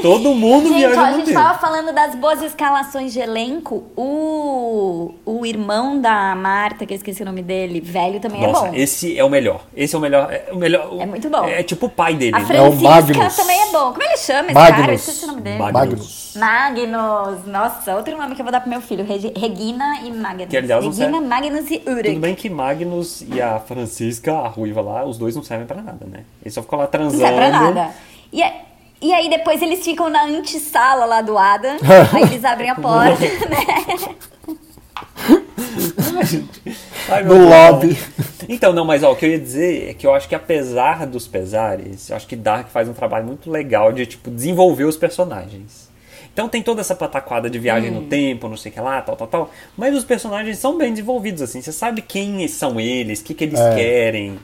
C: Todo mundo
A: Gente,
C: viaja
A: ó, a
C: no
A: gente
C: tempo.
A: tava falando das boas escalações de elenco. O, o irmão da Marta, que eu esqueci o nome dele, velho também
C: Nossa,
A: é bom.
C: esse é o melhor. Esse é o melhor. É, o melhor
A: É muito bom.
C: É, tipo o pai dele.
A: A
C: né?
B: o
A: Francisca
B: Magnus.
A: também é bom. Como ele chama esse cara? Eu
B: Magnus.
A: esqueci o nome dele.
C: Magnus.
B: Magnus.
A: Magnus. Nossa, outro nome que eu vou dar pro meu filho. Regi- Regina e Magnus.
C: Que, aliás, não
A: Regina,
C: serve.
A: Magnus e
C: Tudo
A: Ulrich.
C: bem que Magnus e a Francisca, a ruiva lá, os dois não servem pra nada, né? Ele só ficou lá
A: Não
C: transando.
A: serve é pra nada. E, a- e aí depois eles ficam na antessala lá do Adam. aí eles abrem a porta, né?
C: Ai, meu
B: No
C: Deus,
B: lobby.
C: não. Então, não, mas ó, o que eu ia dizer é que eu acho que apesar dos pesares, eu acho que Dark faz um trabalho muito legal de, tipo, desenvolver os personagens. Então tem toda essa pataquada de viagem no tempo, não sei o que lá, tal, tal, tal. Mas os personagens são bem desenvolvidos, assim. Você sabe quem são eles, o que, que eles
B: É.
C: querem,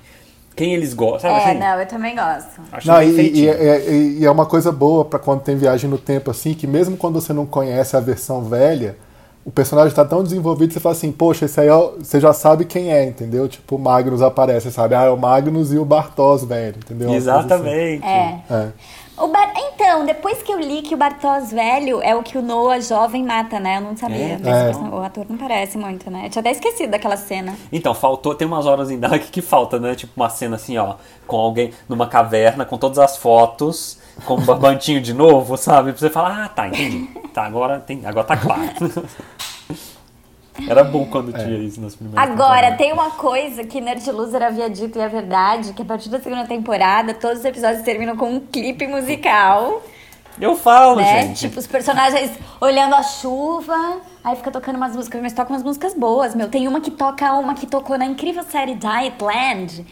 C: quem eles gostam, sabe
A: É,
C: assim?
A: não, eu também gosto.
C: Acho
B: Não,
C: bem
B: e- e,
C: feitinho.
B: é- e- e é uma coisa boa pra quando tem viagem no tempo, assim, que mesmo quando você não conhece a versão velha, o personagem tá tão desenvolvido, você fala assim, poxa, esse aí é o- você já sabe quem é, entendeu? Tipo, o Magnus aparece, sabe? Ah, é o Magnus e o Bartos, velho, entendeu? Uma coisa assim.
C: Exatamente.
A: É.
B: É.
A: O Bar- Então, depois que eu li que o Bartos velho é o que o Noah jovem mata, né? Eu não sabia.
C: É?
A: mas
B: É.
A: O ator não parece muito, né? Eu tinha até esquecido daquela cena.
C: Então, faltou, tem umas horas em Dark que falta, né? Tipo uma cena assim, ó, com alguém numa caverna, com todas as fotos, com um barbantinho de novo, sabe? Pra você falar, ah, tá, entendi. Tá, agora, tem, agora tá claro. Era bom quando tinha isso nas primeiras
A: Agora,
C: temporadas.
A: tem uma coisa que Nerd Loser havia dito e é verdade, que a partir da segunda temporada, todos os episódios terminam com um clipe musical,
C: Eu falo,
A: né?
C: gente.
A: Tipo, os personagens olhando a chuva, aí fica tocando umas músicas, mas toca umas músicas boas, meu. Tem uma que toca uma que tocou na incrível série Dietland,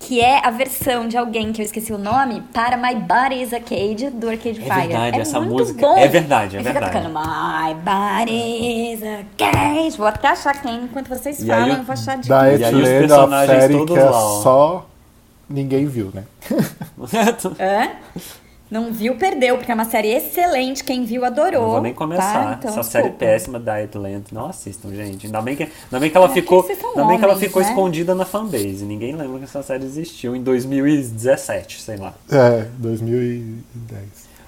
A: que é a versão de alguém que eu esqueci o nome, para My Body is a Cage, do Arcade Fire.
C: verdade,
A: é
C: essa
A: muito
C: música-
A: Bom.
C: é verdade, é
A: Aí
C: verdade.
A: Fica tocando My Body is a Cage. Vou até achar quem, enquanto vocês
C: E aí
A: falam,
C: eu-
A: eu vou achar de
B: Da
C: E aí os
B: Etlenda, a
C: personagens
B: série
C: todos
B: que é
C: lá, ó.
B: só ninguém viu, né?
A: Hã? Não viu, perdeu, porque é uma série excelente. Quem viu, adorou.
C: Não vou nem começar.
A: tá? Então,
C: Essa série é
A: desculpa.
C: péssima da Atlanta. Não assistam, gente. Ainda bem que, ainda bem que ela
A: É,
C: ficou.
A: porque vocês são
C: Ainda bem que ela
A: homens,
C: ficou
A: né?
C: escondida na fanbase. Ninguém lembra que essa série existiu em 2017, sei lá.
B: É, 2010.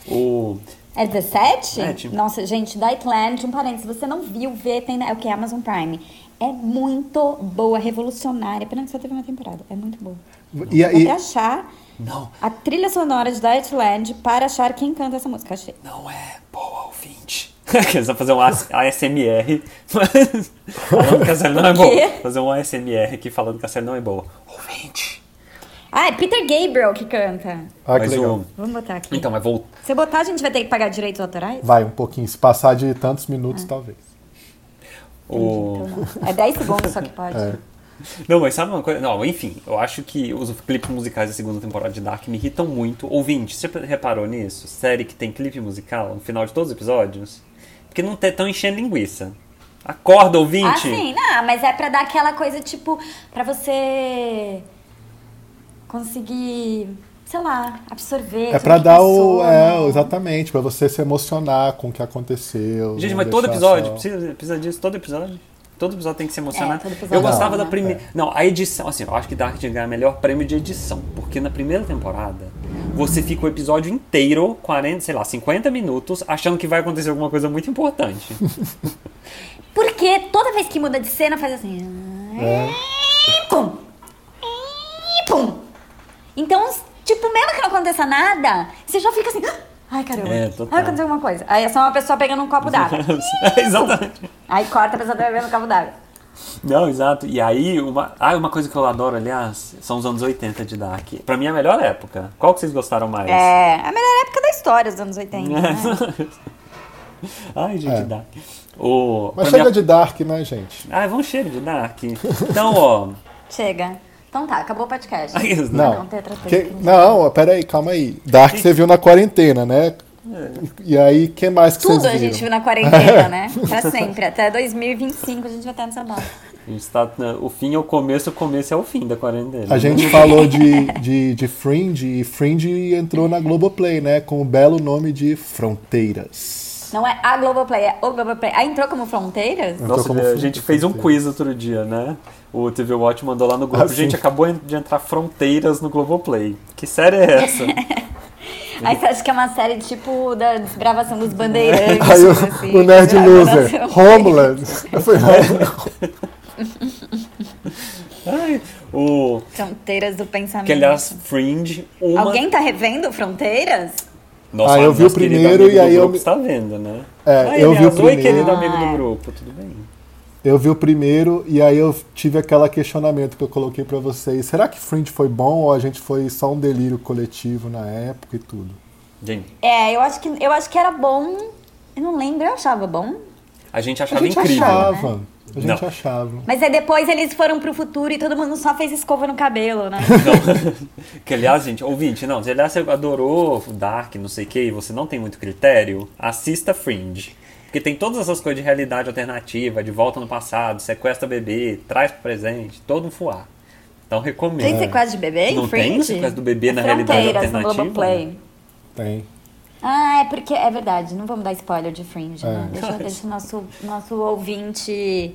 C: O.
A: É 17?
C: É, tipo-
A: Nossa, gente, Dietland, um parênteses. Você não viu, vê, tem. na- É o que? Amazon Prime. É muito boa, revolucionária. Pena que só teve uma temporada. É muito boa.
B: E
A: Vou
B: aí,
A: até achar
C: Não,
A: a trilha sonora de Dietland para achar quem canta essa música. Achei.
C: não é boa ouvinte. Quer dizer, fazer um AS ASMR. Mas. Falando que a série não é
A: O
C: boa.
A: quê?
C: Fazer um ASMR aqui falando que a série não é boa. Ouvinte.
A: Ah, é Peter Gabriel que canta.
B: ah, que
C: mas
B: legal.
C: o.
A: Vamos botar aqui.
C: Então, mas vou.
A: Se eu botar, a gente vai ter que pagar direitos autorais?
B: Vai, um pouquinho. Se passar de tantos minutos, talvez.
C: O...
A: É 10 segundos só que pode.
C: É. Não, mas sabe uma coisa? Não, enfim, eu acho que os clipes musicais da segunda temporada de Dark me irritam muito. Ouvinte, você reparou nisso? Série que tem clipe musical no final de todos os episódios? Porque não estão enchendo linguiça. Acorda,
A: Ah,
C: ouvinte!
A: sim, não, mas é pra dar aquela coisa, tipo, pra você conseguir, sei lá, absorver.
B: É
A: tudo
B: pra
A: que
B: dar o.
A: passou,
B: É,
A: né?
B: exatamente, pra você se emocionar com o que aconteceu.
C: Gente,
B: não
C: mas todo
B: deixar
C: episódio
B: só-
C: precisa, precisa disso, todo episódio. Todo episódio tem que se emocionar.
A: É, todo episódio
C: eu gostava
A: não,
C: da
A: né?
C: primeira. Não, a edição, assim, eu acho que Dark tinha que ganhar melhor prêmio de edição. Porque na primeira temporada, você fica o episódio inteiro, 40, sei lá, 50 minutos, achando que vai acontecer alguma coisa muito importante.
A: Porque toda vez que muda de cena faz assim.
B: É.
A: e Pum! e Pum! Então, tipo, mesmo que não aconteça nada, você já fica assim. Ai, caramba.
C: É, total.
A: Ai, aconteceu alguma coisa. Aí é só uma pessoa pegando um copo d'água.
C: É, Exatamente.
A: Aí corta a pessoa bebendo um copo d'água.
C: Não, exato. E aí, uma, ah, uma coisa que eu adoro, aliás, são os anos 80 de Dark. Pra mim é a melhor época. Qual que vocês gostaram mais?
A: É, a melhor época da história, os anos 80. né?
C: Ai, gente,
B: É.
C: Dark. O,
B: Mas
C: pra é-
B: chega
C: minha-
B: de Dark, né, gente?
C: Ah, vamos cheiro de Dark. Então, ó.
A: Chega. Então tá, acabou o podcast.
C: Ai, isso né?
B: Não.
A: Não, Tetra Pak.
B: Que- não, peraí, calma aí. Dark você viu na quarentena, né?
C: É.
B: E aí, que mais que
A: Tudo
B: vocês
A: a
B: viram?
A: gente viu na quarentena, né? Pra sempre. Até 2025 a gente vai estar nessa bola.
C: A gente tá, né, o fim é o começo, o começo é o fim da quarentena.
B: A gente falou de, de, de Fringe e Fringe entrou na Globoplay, né? Com o belo nome de Fronteiras.
A: Não é a Globoplay, é o Globoplay. Ah, entrou como fronteiras?
B: Não.
C: Nossa,
B: Então, como
C: a
B: fim-
C: gente fez um
B: fim-
C: quiz outro dia, né? O TV Watch mandou lá no grupo.
B: Ah, sim.
C: gente, acabou de entrar Fronteiras no Globoplay. Que série é essa?
A: Aí você acha que é uma série tipo da desbravação dos bandeirantes.
B: Aí o,
A: assim,
B: o Nerd
A: desbravação.
B: Loser, Homeland. Eu falei,
C: Ai, o,
A: Fronteiras do pensamento.
C: que aliás, Fringe, uma...
A: Alguém tá revendo Fronteiras?
C: Nossa,
B: Ah, eu vi o
C: nosso querido
B: primeiro
C: amigo
B: e
C: do
B: aí eu
C: grupo
B: me-
C: está vendo, né?
B: É,
C: Ai,
B: eu vi
C: aliás,
B: o
C: Oi,
B: primeiro.
C: querido amigo
A: Ah,
C: do
A: é.
C: grupo, tudo bem?
B: eu vi o primeiro e aí eu tive aquele questionamento que eu coloquei pra vocês. Será que Fringe foi bom ou a gente foi só um delírio coletivo na época e tudo?
C: Gente,
A: É, eu acho que, eu acho que era bom. Eu não lembro, eu achava bom.
C: a gente
B: A
C: achava
B: gente
C: incrível.
B: achava. A gente
C: Não.
B: achava.
A: Mas aí depois eles foram pro futuro e todo mundo só fez escova no cabelo, né?
C: Não. que aliás, gente, ouvinte, não, se aliás você adorou o Dark, não sei o que, e você não tem muito critério, assista Fringe. Porque tem todas essas coisas de realidade alternativa, de volta no passado, sequestra bebê, traz pro presente, todo um fuá. Então recomendo.
A: Tem sequestro de bebê em
C: Não tem
A: Fringe?
C: sequestro do bebê na
A: É
C: realidade
A: Fronteiras, no
C: alternativa?
A: Globoplay.
B: Tem.
A: Ah, é porque é verdade. Não vamos dar spoiler de Fringe, né?
B: É.
A: Deixa, deixa o nosso, nosso ouvinte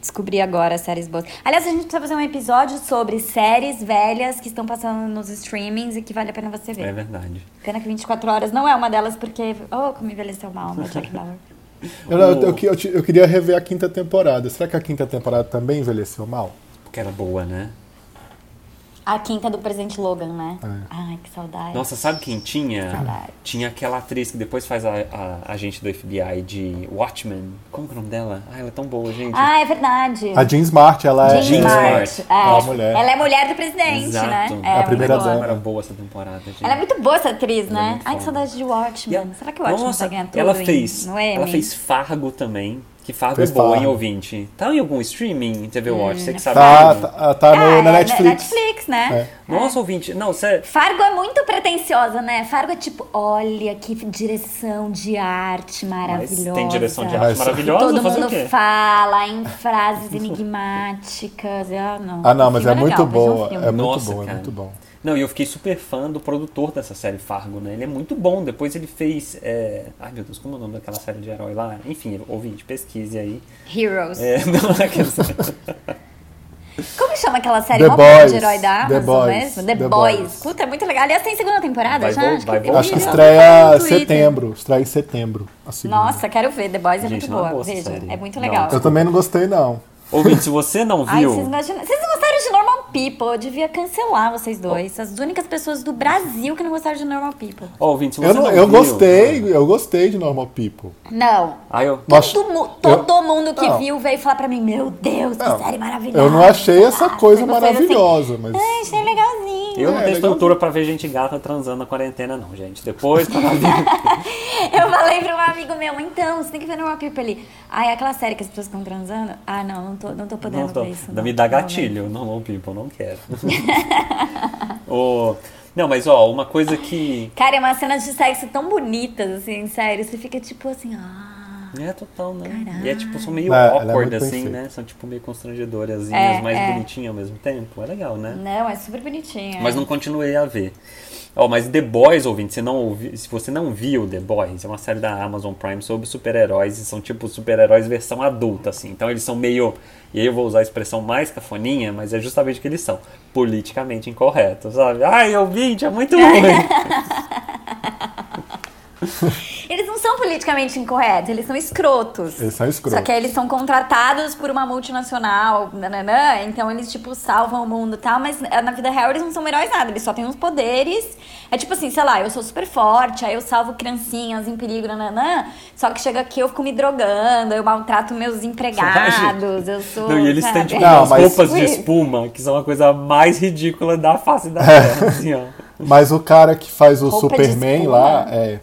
A: descobrir agora as séries boas. Aliás, a gente precisa fazer um episódio sobre séries velhas que estão passando nos streamings e que vale a pena você ver.
C: É verdade.
A: Pena que 24 horas não é uma delas, porque... Oh, como envelheceu mal, meu Jack Bauer.
B: Eu, eu- eu que- eu te- eu queria rever a quinta temporada. Será que a quinta temporada também envelheceu mal?
C: Porque era boa, né?
A: A quinta do presidente Logan, né?
B: É.
A: Ai, que saudade.
C: Nossa, sabe quem tinha?
A: Saudade.
C: Tinha aquela atriz que depois faz a, a agente do FBI de Watchmen. Como que é o nome dela? Ah, ela é tão boa, gente.
A: Ah, é verdade.
B: A Jean Smart, ela é.
A: Jean
C: Jean Smart.
A: Smart.
B: É uma
A: É.
B: mulher.
A: Ela é mulher do presidente,
C: Exato.
A: né? É,
B: a primeira
A: muito boa.
B: dama.
C: Ela era boa essa temporada, gente.
A: Ela é muito boa essa atriz,
C: Ela é
A: né?
C: muito
A: Ai, que
C: foda.
A: saudade de Watchmen.
C: E ela-
A: Será que o Watchmen
C: Nossa,
A: tá ganhando tudo é,
C: ela
A: em-
C: fez,
A: no Emmy?
C: Ela fez Fargo também. Que Fargo
B: Fez
C: é boa, hein,
B: Fargo.
C: ouvinte? Tá em algum streaming em TV
A: Hum,
C: Watch? Você que sabe.
B: Tá,
C: Fargo.
B: tá, tá
A: Ah,
B: no,
A: é,
B: na
A: né?
B: Netflix.
A: Netflix, né?
B: É.
C: Nossa, ouvinte. Não, sério.
A: Fargo é muito pretensiosa, né? Fargo é tipo, olha que direção de arte
C: Mas
A: maravilhosa.
C: tem direção de
B: Mas-
C: arte maravilhosa.
A: Todo
C: fazer o
A: mundo
C: quê?
A: fala em frases enigmáticas. Ah, não.
B: Ah, não,
A: O
B: mas é
A: filme
B: muito
A: legal, vejam o
B: boa.
A: filme.
B: É muito
C: Nossa,
B: boa, é
C: cara.
B: muito bom.
C: Não, e eu fiquei super fã do produtor dessa série Fargo, né? Ele é muito bom. Depois ele fez. é, Ai meu Deus, como é o nome daquela série de herói lá? Enfim, ouvinte, pesquise aí.
A: Heroes.
C: É, não, aquela-
A: Como chama aquela série?
B: The
A: Mó boa
B: Boys.
A: de herói da
B: The
A: Amazon
B: Boys.
A: mesmo? The,
B: The
A: Boys.
B: Boys.
A: Puta, é muito legal. Aliás, tem segunda temporada
C: Vai
A: já?
C: vol-
A: Acho
C: vai
A: que,
C: voltar.
B: Acho que
A: vi tá no
B: estreia
A: Twitter.
B: setembro. Estreia em setembro. a segunda.
A: Nossa, quero ver. The Boys é
C: Gente,
A: muito
C: não é
A: boa.
C: boa essa
A: Veja,
C: série.
A: é muito
C: Não.
A: legal.
B: Eu também não gostei, não.
C: ouvinte, se você não
A: Ai,
C: viu.
A: vocês imaginam. Vocês não gostaram de Normal People? Eu devia cancelar vocês dois. As únicas pessoas do Brasil que não gostaram de Normal People.
C: Ó, ouvinte, se você
B: Eu, não-
C: não
B: eu
C: viu- Ah.
B: gostei, eu gostei de Normal People.
A: Não.
C: Aí eu.
B: Nossa,
A: todo, mu-
B: eu-
A: todo mundo que
B: Não.
A: viu veio falar pra mim: Meu Deus, que
B: Não.
A: série maravilhosa.
B: Eu não achei essa
A: Nossa,
B: coisa
A: eu gostei desse-
B: maravilhosa, mas.
A: Ah, achei legalzinho.
C: Eu não
B: É,
C: tenho
B: legal.
C: estrutura pra ver gente gata transando na quarentena, não, gente. Depois, tá quando eu vi-
A: Eu falei pra um amigo meu, então, você tem que ver Normal People ali. Ah, é aquela série que as pessoas ficam transando? Ah, não, não tô, não tô podendo
C: não, tô,
A: ver isso.
C: não,
A: não.
C: me dá
A: Não, né?
C: gatilho. Não, não, people, não quero. Ô, não, mas ó, uma coisa que.
A: não. Cara, é umas cenas de sexo tão bonitas, assim, sério. Você fica tipo assim, ah.
C: É total, né? E é tipo, são meio
B: É, ela é
C: awkward,
B: muito bem
C: assim,
B: feita.
C: né? São tipo meio constrangedoras,
A: É,
C: mas
A: é.
C: bonitinhas ao mesmo tempo. É legal, né?
A: Não, é super bonitinha.
C: Mas não continuei a ver. Ó, mas The Boys, ouvinte, se, não ouvi, se você não viu The Boys, é uma série da Amazon Prime sobre super-heróis e são tipo super-heróis versão adulta, assim. Então eles são meio. E aí eu vou usar a expressão mais cafoninha, mas é justamente o que eles são. Politicamente incorretos, sabe? Ai, ouvinte, é muito ruim.
A: Eles não são politicamente incorretos, eles são escrotos.
B: Eles são escrotos.
A: Só que aí eles são contratados por uma multinacional, nananã, então eles, tipo, salvam o mundo e tal, mas eh, na vida real eles não são heróis nada, eles só têm uns poderes. É tipo assim, sei lá, eu sou super forte, aí eu salvo criancinhas em perigo, nananã, só que chega aqui eu fico me drogando, eu maltrato meus empregados, eu sou.
C: Não, e eles têm
A: sabe?
C: tipo
B: Não,
C: umas
B: mas-
C: roupas de espuma, que são a coisa mais ridícula da face da terra, assim, ó.
B: Mas o cara que faz o
A: Roupa de
B: Superman
A: espuma.
B: lá, é.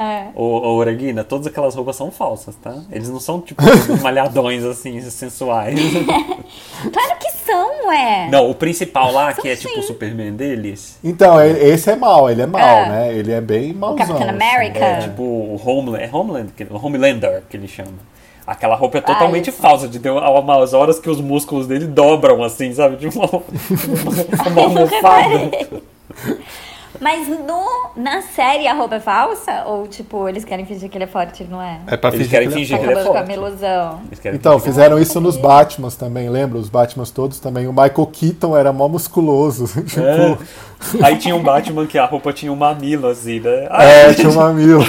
A: É.
C: Ô, ô Oreguina, todas aquelas roupas são falsas, tá? Eles não são, tipo, malhadões, assim, sensuais.
A: Claro que são, ué.
C: Não, o principal lá, que é
A: Sim.
C: tipo o Superman deles,
B: Então, e- esse é mal, ele é mal,
A: É.
B: né? Ele é bem malzão.
A: Capitão América.
B: assim.
C: é
A: É.
C: tipo o Homeland, é Homeland, que- Homelander que ele chama. Aquela roupa é totalmente
A: Ah, isso.
C: falsa, de ter umas horas que os músculos dele dobram, assim, sabe? De uma, uma
A: Eu
C: almofada.
A: reparei. é? Mas no, na série a roupa é falsa? Ou, tipo, eles querem fingir que ele é forte, não é?
B: É pra
C: Eles
B: fingir
C: querem
B: que ele é
C: fingir que
B: forte.
C: ele é
A: Acabando com a minha
C: forte.
A: ilusão.
C: Eles querem
B: Então,
C: fingir
B: fizeram isso nos Batmans também, lembra? Os Batmans todos também. O Michael Keaton era mó musculoso. tipo,
C: É. que- Aí tinha um Batman que a roupa tinha um mamilo, assim, né?
B: é,
C: Ai,
B: tinha um mamilo.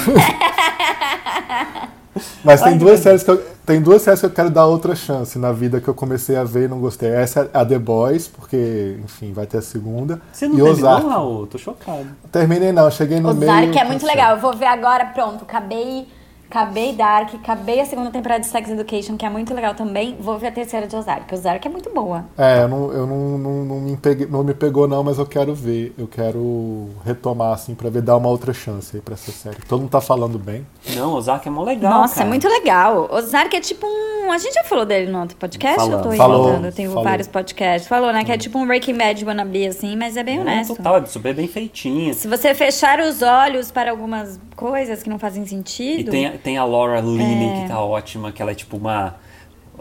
B: Mas tem
C: Ai,
B: duas,
C: meu
B: séries que eu, tem duas séries que eu quero dar outra chance na vida que eu comecei a ver e não gostei. Essa é a The Boys, porque, enfim, vai ter a segunda.
C: Você não
B: e
C: terminou,
B: Ozark.
C: Raul? Tô chocado.
B: Terminei não, cheguei no meio. tá
A: Ozark é muito
B: cansei.
A: legal. Eu vou ver agora, pronto. Acabei, acabei Dark, acabei a segunda temporada de Sex Education, que é muito legal também. Vou ver a terceira de Ozark. Ozark é muito boa.
B: É, eu não, eu não, não, não me peguei- não me pegou não, mas eu quero ver. Eu quero retomar, assim, pra ver, dar uma outra chance aí pra essa série. Todo mundo tá falando bem.
C: Não, Ozark é mó legal,
A: Nossa,
C: cara.
A: é muito legal. Ozark é tipo um. A gente já falou dele no outro podcast? Eu tô
C: Falamos.
B: Falou,
A: inventando. Eu tenho
B: falou.
A: vários podcasts. Falou, né? Que é tipo um Breaking Bad wannabe, assim, mas é bem
C: É,
A: honesto.
C: Hum. total, é super bem feitinho.
A: Se você fechar os olhos para algumas coisas que não fazem sentido.
C: E tem, a- tem a Laura Linney, que tá ótima, que ela é tipo uma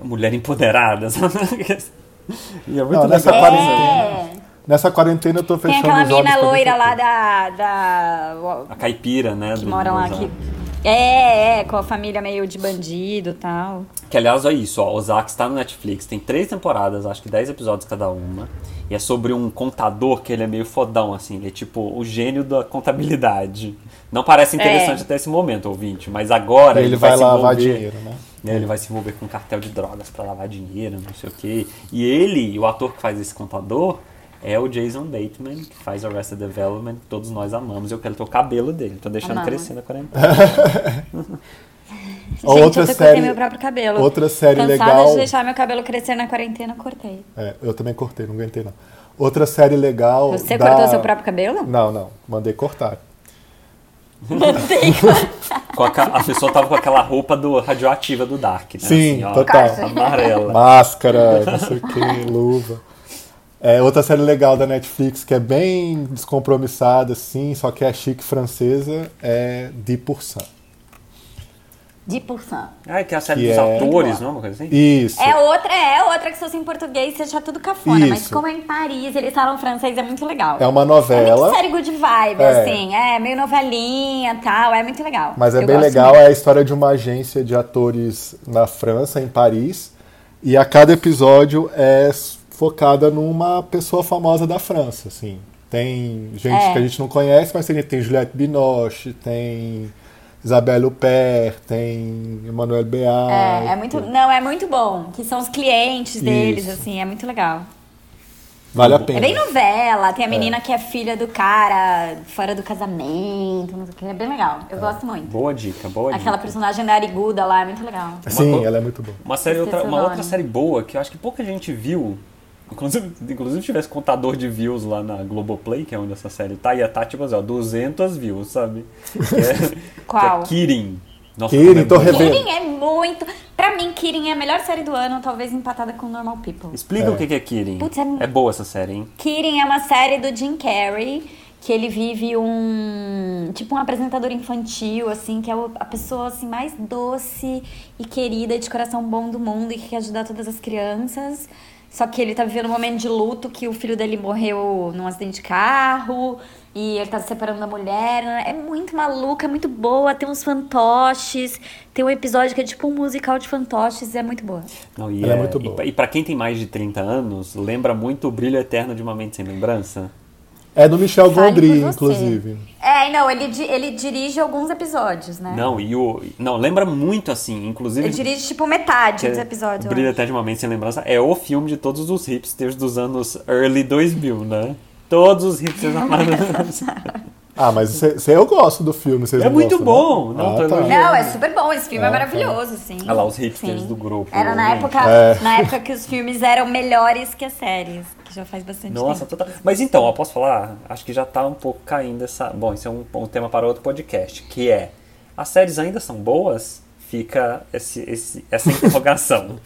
C: mulher empoderada, sabe? E é muito
B: Não, nessa
C: legal.
B: quarentena.
A: É.
B: Nessa quarentena eu tô
A: Tem
B: fechando
A: aquela
B: os olhos
A: mina
B: pra ver
A: loira
B: tudo.
A: lá da. da
C: A caipira, né?
A: que
C: do-
A: moram
C: do
A: lá
C: Ozark.
A: aqui. É, é, com a família meio de bandido e tal.
C: Que, aliás, é isso, ó. Ozark está no Netflix, tem três temporadas, acho que dez episódios cada uma. E é sobre um contador que ele é meio fodão, assim. Ele é tipo o gênio da contabilidade. Não parece interessante
A: É.
C: até esse momento, ouvinte, mas agora
B: Ele,
C: ele,
B: vai,
C: se
B: lavar
C: envolver-
B: dinheiro, né?
C: né, Ele vai se envolver com um cartel de drogas pra lavar dinheiro, não sei o quê. E ele, o ator que faz esse contador, é o Jason Bateman, que faz Arrested Development, que todos nós amamos. Eu quero ter o cabelo dele, tô deixando
A: Amamos.
C: crescendo a quarentena.
A: Gente,
B: outra
A: eu até
B: série-
A: cortei meu próprio cabelo.
B: outra série
A: Cansada
B: legal-
A: de deixar meu cabelo crescer na quarentena, cortei.
B: É, eu também cortei, não aguentei não. Outra série legal.
A: Você
B: da-
A: cortou seu próprio cabelo?
B: Não, não. Mandei cortar.
C: Com a, ca- a pessoa tava com aquela roupa do radioativa do Dark, né?
B: Sim,
C: assim, ó,
B: total.
C: amarela.
B: Máscara, não sei o que, luva. É, outra série legal da Netflix que é bem descompromissada, assim, só que é chique francesa, é De Pourcent.
A: De pulsão.
C: Ah, que é a série
B: Que
C: dos
B: é-
C: atores, não é uma coisa assim?
B: Isso.
A: É outra, é outra que se fosse em português você achar tudo cafona, mas
B: Isso.
A: como é em Paris, eles falam francês, é muito legal.
B: É uma
A: É
B: novela,
A: muito série good vibe,
B: É.
A: assim. É, meio novelinha e tal. É muito legal.
B: mas é
A: Eu
B: bem
A: gosto
B: legal.
A: muito.
B: É a história de uma agência de atores na França, em Paris. E a cada episódio é s- focada numa pessoa famosa da França, assim. Tem gente
A: É.
B: que a gente não conhece, mas tem, tem Juliette Binoche, tem Isabelle Huppert, tem Emmanuel Beal.
A: É, é muito, não, é muito bom. Que são os clientes deles,
B: Isso.
A: assim. É muito legal.
B: Vale a pena.
A: É bem novela. Tem a menina que é filha do cara fora do casamento. Não sei o que. É bem legal. Eu gosto muito.
C: Boa dica, boa dica.
A: Aquela personagem nariguda lá é muito legal.
B: Sim,
C: Uma-
B: ela é muito boa.
C: Uma, série, outra,
A: Esqueci o
C: uma
A: nome.
C: outra série boa que eu acho que pouca gente viu. Inclusive, inclusive tivesse contador de views lá na Globoplay, que é onde essa série tá, ia tá tipo assim, ó, 200 views, sabe? Que é-
A: Qual?
C: Que é Kirin. Nossa,
B: Kirin,
C: como é
B: tô
C: boa.
B: revendo.
A: Kirin é muito. Pra mim, Kirin é a melhor série do ano, talvez empatada com Normal People.
C: Explica o que que é Kirin.
A: Putz, é mu-
C: é boa essa série, hein?
A: Kirin é uma série do Jim Carrey, que ele vive um. Tipo um apresentador infantil, assim, que é o- a pessoa assim, mais doce e querida, e de coração bom do mundo e que quer ajudar todas as crianças. Só que ele tá vivendo um momento de luto que o filho dele morreu num acidente de carro e ele tá se separando da mulher. né? É muito maluca, é muito boa, tem uns fantoches, tem um episódio que é tipo um musical de fantoches, é muito boa.
C: Não, e
B: Ela é muito boa.
C: E, pra- e pra quem tem mais de 30 anos, lembra muito o brilho eterno de Uma Mente Sem Lembrança?
B: É do Michel
A: Fale por
B: Gondry,
A: você.
B: inclusive.
A: É, não, ele, di- ele dirige alguns episódios, né?
C: Não, e o. Não, lembra muito assim, inclusive.
A: Ele dirige, tipo, metade
C: que
A: dos episódios. eu
C: Brilho
A: acho.
C: Eterno de uma Mente Sem Lembrança é o filme de todos os hipsters dos anos early 2000, né? Todos os hipsters amaram.
B: Ah, mas cê- cê- eu gosto do filme, vocês
C: É
B: não
C: muito
B: gostam,
C: bom.
B: Não,
C: Não,
B: Ah,
C: tô
B: tá.
C: elogiando.
A: Não, é super bom, esse filme é,
B: Ah, tá.
A: maravilhoso, sim.
C: Olha lá, os hipsters
A: Sim.
C: do grupo,
A: Era na
C: né?
A: época,
B: É.
A: na época que os filmes eram melhores que as séries, que já faz bastante
C: Nossa,
A: tempo.
C: total. Mas então, ó, posso falar? Acho que já tá um pouco caindo essa. Bom, isso é um, um tema para outro podcast, que é as séries ainda são boas? Fica esse, esse- essa interrogação.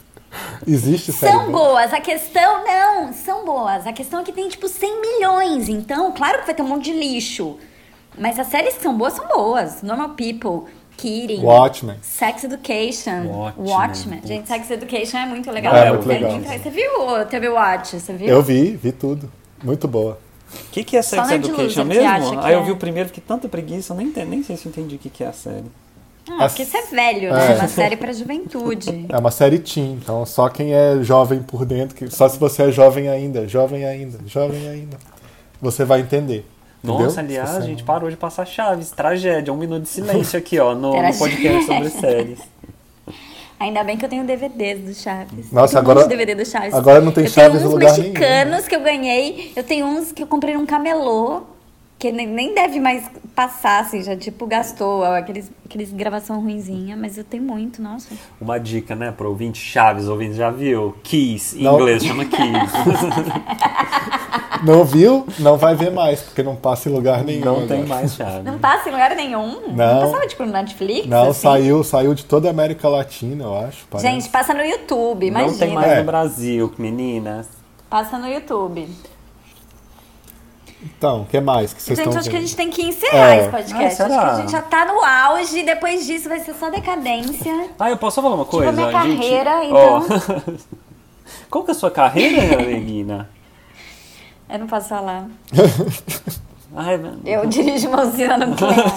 B: Existe série.
A: São
B: boa?
A: boas, a questão não, são boas. A questão é que tem tipo 100 milhões, então, claro que vai ter um monte de lixo. Mas as séries que são boas são boas. Normal People, Kidding,
B: Watchmen.
A: Sex Education,
C: Watchmen,
A: Watchmen.
C: putz.
A: Gente, Sex Education é muito legal.
C: É,
A: né?
C: muito legal.
A: Você viu o TV Watch? Você viu?
B: Eu vi, vi tudo. Muito boa.
C: O que, que é
A: Só
C: Sex
A: Nerd
C: Education
A: Loser que
C: mesmo?
A: acha que
C: Aí eu
A: é.
C: vi o primeiro, fiquei tanta preguiça, eu nem, ente- nem sei se eu entendi o que, que é a série.
A: Ah, porque você é velho, né?
B: É.
A: É uma série pra juventude.
B: É uma série teen, então só quem é jovem por dentro, que- só se você é jovem ainda, jovem ainda, jovem ainda, você vai entender. entendeu?
C: Nossa, aliás,
B: Se
C: a
B: você
C: gente
B: não-
C: parou de passar chaves. Tragédia, um minuto de silêncio aqui, ó, no, no
A: Tragédia.
C: podcast sobre séries.
A: Ainda bem que eu tenho DVDs do Chaves.
B: Nossa,
A: eu tenho
B: agora-
A: Um monte de DVD do Chaves.
B: agora não tem
A: eu
B: Chaves em
A: tenho uns
B: lugar nenhum. né?
A: mexicanos que eu ganhei. Eu tenho uns que eu comprei num camelô. Que nem, nem deve mais passar, assim, já tipo gastou. ó, Aqueles, aqueles gravação ruinzinha. Mas eu tenho muito, nossa.
C: Uma dica, né, pro ouvinte Chaves, ouvinte já viu? Kiss, em
B: Não.
C: inglês chama Kiss.
B: Não viu? Não vai ver mais, porque não passa em lugar nenhum. né?
C: Não tem
B: agora.
C: mais Chaves.
A: Não passa em lugar nenhum.
B: Não.
A: passava, tipo, no Netflix?
B: Não,
A: assim?
B: saiu, saiu de toda a América Latina, eu acho. parece.
A: Gente, passa no YouTube, imagina.
C: Não tem mais
B: É.
C: no Brasil, meninas.
A: Passa no YouTube.
B: Então, o que mais que vocês
A: gente,
B: estão
A: acho que a
B: vendo?
A: gente tem que encerrar
B: É.
A: esse podcast.
C: Ah,
A: acho
C: será?
A: que a gente já tá no auge e depois disso vai ser só decadência.
C: Ah, eu posso só falar uma coisa?
A: Tipo minha
C: gente?
A: carreira, então.
C: Ó, Qual que é a sua carreira, Neguina?
A: Eu não posso falar. tá
C: Ai, mano.
A: Eu dirijo uma usina nuclear.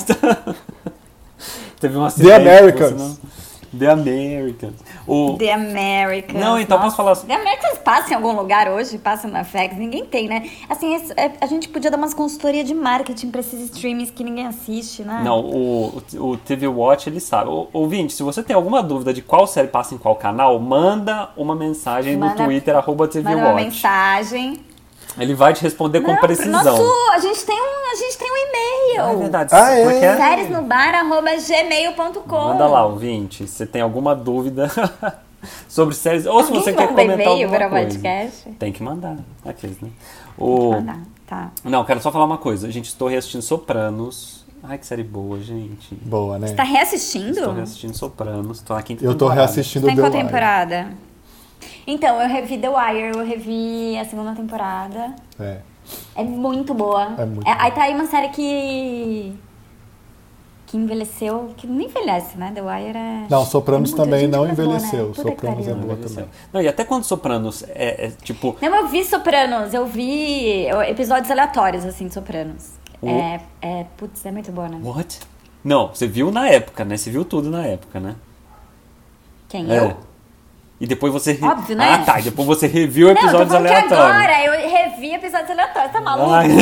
C: Teve um acidente.
B: Americans.
C: você não- The Americans. O...
A: The Americans.
C: Não, então posso falar assim.
A: The Americans passa em algum lugar hoje? Passa na FX? Ninguém tem, né? Assim, esse- é- a gente podia dar umas consultoria de marketing pra esses streamings que ninguém assiste, né?
C: Não, o, o TV Watch, ele sabe. O, ouvinte, se você tem alguma dúvida de qual série passa em qual canal, manda uma mensagem
A: Manda-
C: no Twitter, arroba TV
A: Manda uma
C: Watch.
A: mensagem.
C: Ele vai te responder com
A: Não,
C: precisão.
A: Nosso, a gente tem um, a gente tem um e-mail.
C: Ah, é verdade.
B: Ah, é?
C: Como é que é?
A: Sériesnobar.gmail.com
C: Manda lá, ouvinte, se você tem alguma dúvida sobre séries. Ou se
A: Alguém
C: você
A: vai
C: quer
A: mandar
C: comentar
A: e-mail
C: alguma
A: para o
C: coisa.
A: podcast?
C: Tem que mandar. Aqueles, né? O...
A: Mandar, tá.
C: Não, quero só falar uma coisa. Gente, estou reassistindo Sopranos. Ai, que série boa, gente.
B: Boa, né?
A: Você tá reassistindo?
C: Estou reassistindo Sopranos. Estou na quinta
B: Eu tô
C: temporada.
B: reassistindo
A: Tá em
B: The
A: qual
B: Wire. É.
A: temporada? Então, eu revi The Wire, eu revi a segunda temporada.
B: É.
A: É muito boa.
B: É muito boa.
A: aí tá aí uma série que. que envelheceu, que não envelhece, né? The Wire é.
B: Não, Sopranos
A: é muito-
B: também
A: gente,
B: não
A: como é boa, né?
B: envelheceu.
A: Puta que
B: Sopranos é
A: pariu.
B: boa
C: Meu Deus do
B: também.
C: céu. Não, e até quando Sopranos é, é, tipo.
A: Não, eu vi Sopranos, eu vi eu- episódios aleatórios, assim, de Sopranos.
C: O-
A: É, é. Putz, é muito boa, né?
C: What? Não, você viu na época, né? Você viu tudo na época, né?
A: Quem?
C: É.
A: Eu?
C: E depois você. re-
A: Óbvio, né?
C: Ah, tá. E depois você reviu
A: Não, eu tô
C: episódios
A: falando
C: aleatórios.
A: que agora é eu revi episódios aleatórios, tá maluco?
C: Ai.
A: eu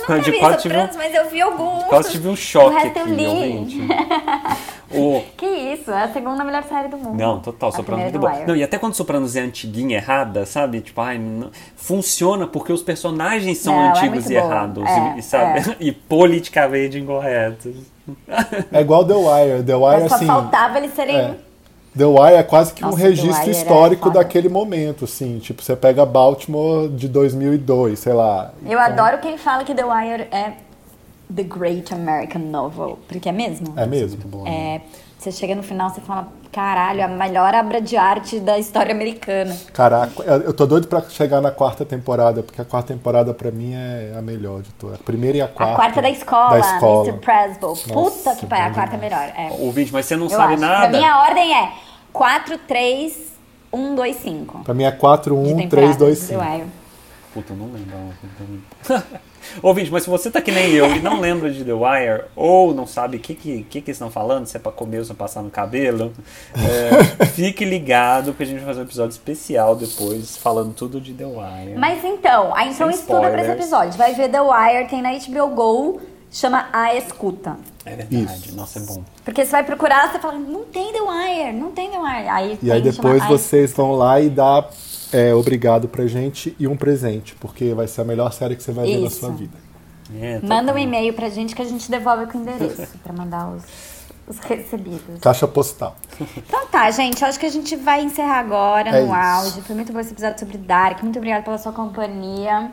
A: nunca
C: De
A: vi
C: qual eu tive um-
A: Sopranos, mas eu vi alguns.
C: Quase tive um choque
A: O resto é
C: aqui,
A: eu li.
C: ouvinte. O...
A: Que isso, é a segunda melhor série do mundo.
C: Não, total,
A: a
C: Sopranos é
A: primeira do
C: muito bom.
A: Wire.
C: Não, e até quando Sopranos é antiguinha, errada, sabe? Tipo, ai, não- funciona porque os personagens são
A: Não, é
C: antigos
A: muito
C: e
A: boa.
C: errados,
A: É,
C: e, sabe? E politicamente incorretos.
B: É igual The Wire. The Wire,
A: Mas só
B: assim.
A: faltava eles serem...
B: É. The Wire é quase que
A: Nossa,
B: um
A: The
B: registro
A: Wire é
B: histórico
A: foda.
B: daquele momento, assim. Tipo, você pega Baltimore de 2002, sei lá.
A: Eu adoro quem fala que The Wire é The Great American Novel, porque é mesmo.
B: É mesmo?
A: É, você chega no final, você fala, caralho, a melhor obra de arte da história americana.
B: Caraca, eu eu tô doido pra chegar na quarta temporada, porque a quarta temporada pra mim é a melhor de todas. A primeira e a quarta.
A: a quarta é da escola,
B: Da escola.
A: Mr. Presbo. Puta que
B: bom
A: pariu, a
B: demais.
A: quarta é melhor. É, eu
C: Ouvinte, mas você não sabe
A: acho.
C: nada.
A: Pra mim a ordem é um, 4, 3, 1, 2, 5.
B: Pra mim é 4,
A: de
B: 1, 3,
A: temporada
B: 2,
A: do
B: 5.
A: The Wire.
C: Puta, eu não lembro. a ordem também. Ouvinte, mas se você tá que nem eu e não lembra de The Wire, ou não sabe o que, que, que, que eles estão falando, se é pra comer ou se é pra passar no cabelo, é, fique ligado que a gente vai fazer um episódio especial depois falando tudo de The Wire.
A: Mas então, aí então
C: Sem
A: estuda pra esse
C: spoilers.
A: episódio. Vai ver The Wire, tem na HBO Go, chama A Escuta.
C: É verdade,
B: Isso.
C: nossa, é bom.
A: Porque você vai procurar, você fala, não tem The Wire, não tem The Wire. Aí
B: E aí
A: tem,
B: depois
A: chama A
B: vocês vão lá e dá é, obrigado pra gente e um presente, porque vai ser a melhor série que você vai ver na
A: Isso.
B: sua vida.
C: É, tá
A: Manda um
C: bom.
A: e-mail pra gente que a gente devolve com o endereço pra mandar os, os recebidos.
B: Caixa postal.
A: Então tá, gente. Acho que a gente vai encerrar agora
B: É
A: no
B: isso.
A: auge. Foi muito bom esse episódio sobre Dark. Muito obrigada pela sua companhia.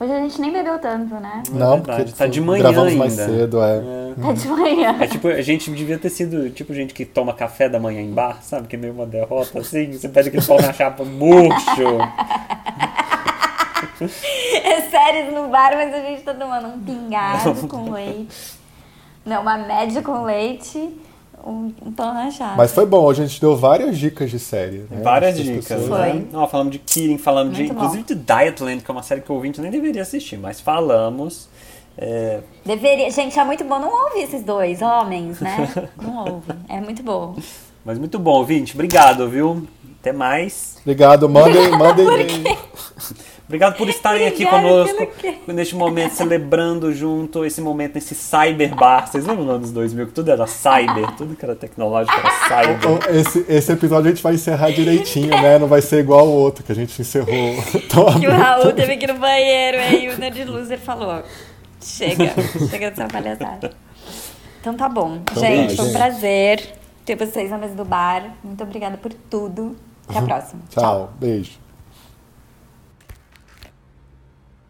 A: Hoje a gente nem bebeu tanto, né?
B: Não,
C: verdade,
B: porque
C: tá de manhã
B: gravamos mais
C: ainda.
B: cedo, é.
A: Tá de manhã.
C: É tipo, a gente devia ter sido tipo gente que toma café da manhã em bar, sabe? Que é meio uma derrota assim, você pede aquele pau na chapa murcho.
A: É séries no bar, mas a gente tá tomando um pingado com leite. Não, uma média com leite, um, um pão rachado.
B: Mas foi bom, a gente deu várias dicas de série. né?
C: Várias
B: Acho que as
C: dicas,
B: pessoas-
A: Foi.
C: né? Ó, falamos de Killing, falamos de,
A: Muito bom.
C: inclusive de Dietland, que é uma série que o ouvinte nem deveria assistir, mas falamos. É,
A: Deveria. Gente, é muito bom. Não ouve esses dois homens, né? Não ouve. É muito bom.
C: mas muito bom, ouvinte. Obrigado, viu? Até mais.
B: Obrigado, mandem, mandem. um,
C: Obrigado por estarem aqui
A: Obrigada
C: conosco
A: pelo
C: neste momento, celebrando junto esse momento nesse cyber bar. Vocês lembram dos anos 2000 que tudo era cyber, tudo que era tecnológico era cyber.
B: Então, Esse, esse episódio a gente vai encerrar direitinho, né? Não vai ser igual o outro que a gente encerrou. Então, tão
A: Que o Raul teve que ir no banheiro, aí o Nerd Loser falou: chega, chega dessa palhaçada. Então tá bom. gente,
B: tá,
A: foi um
B: gente.
A: prazer ter vocês na mesa do bar. Muito obrigada por tudo. Até a próxima.
B: Tchau, beijo.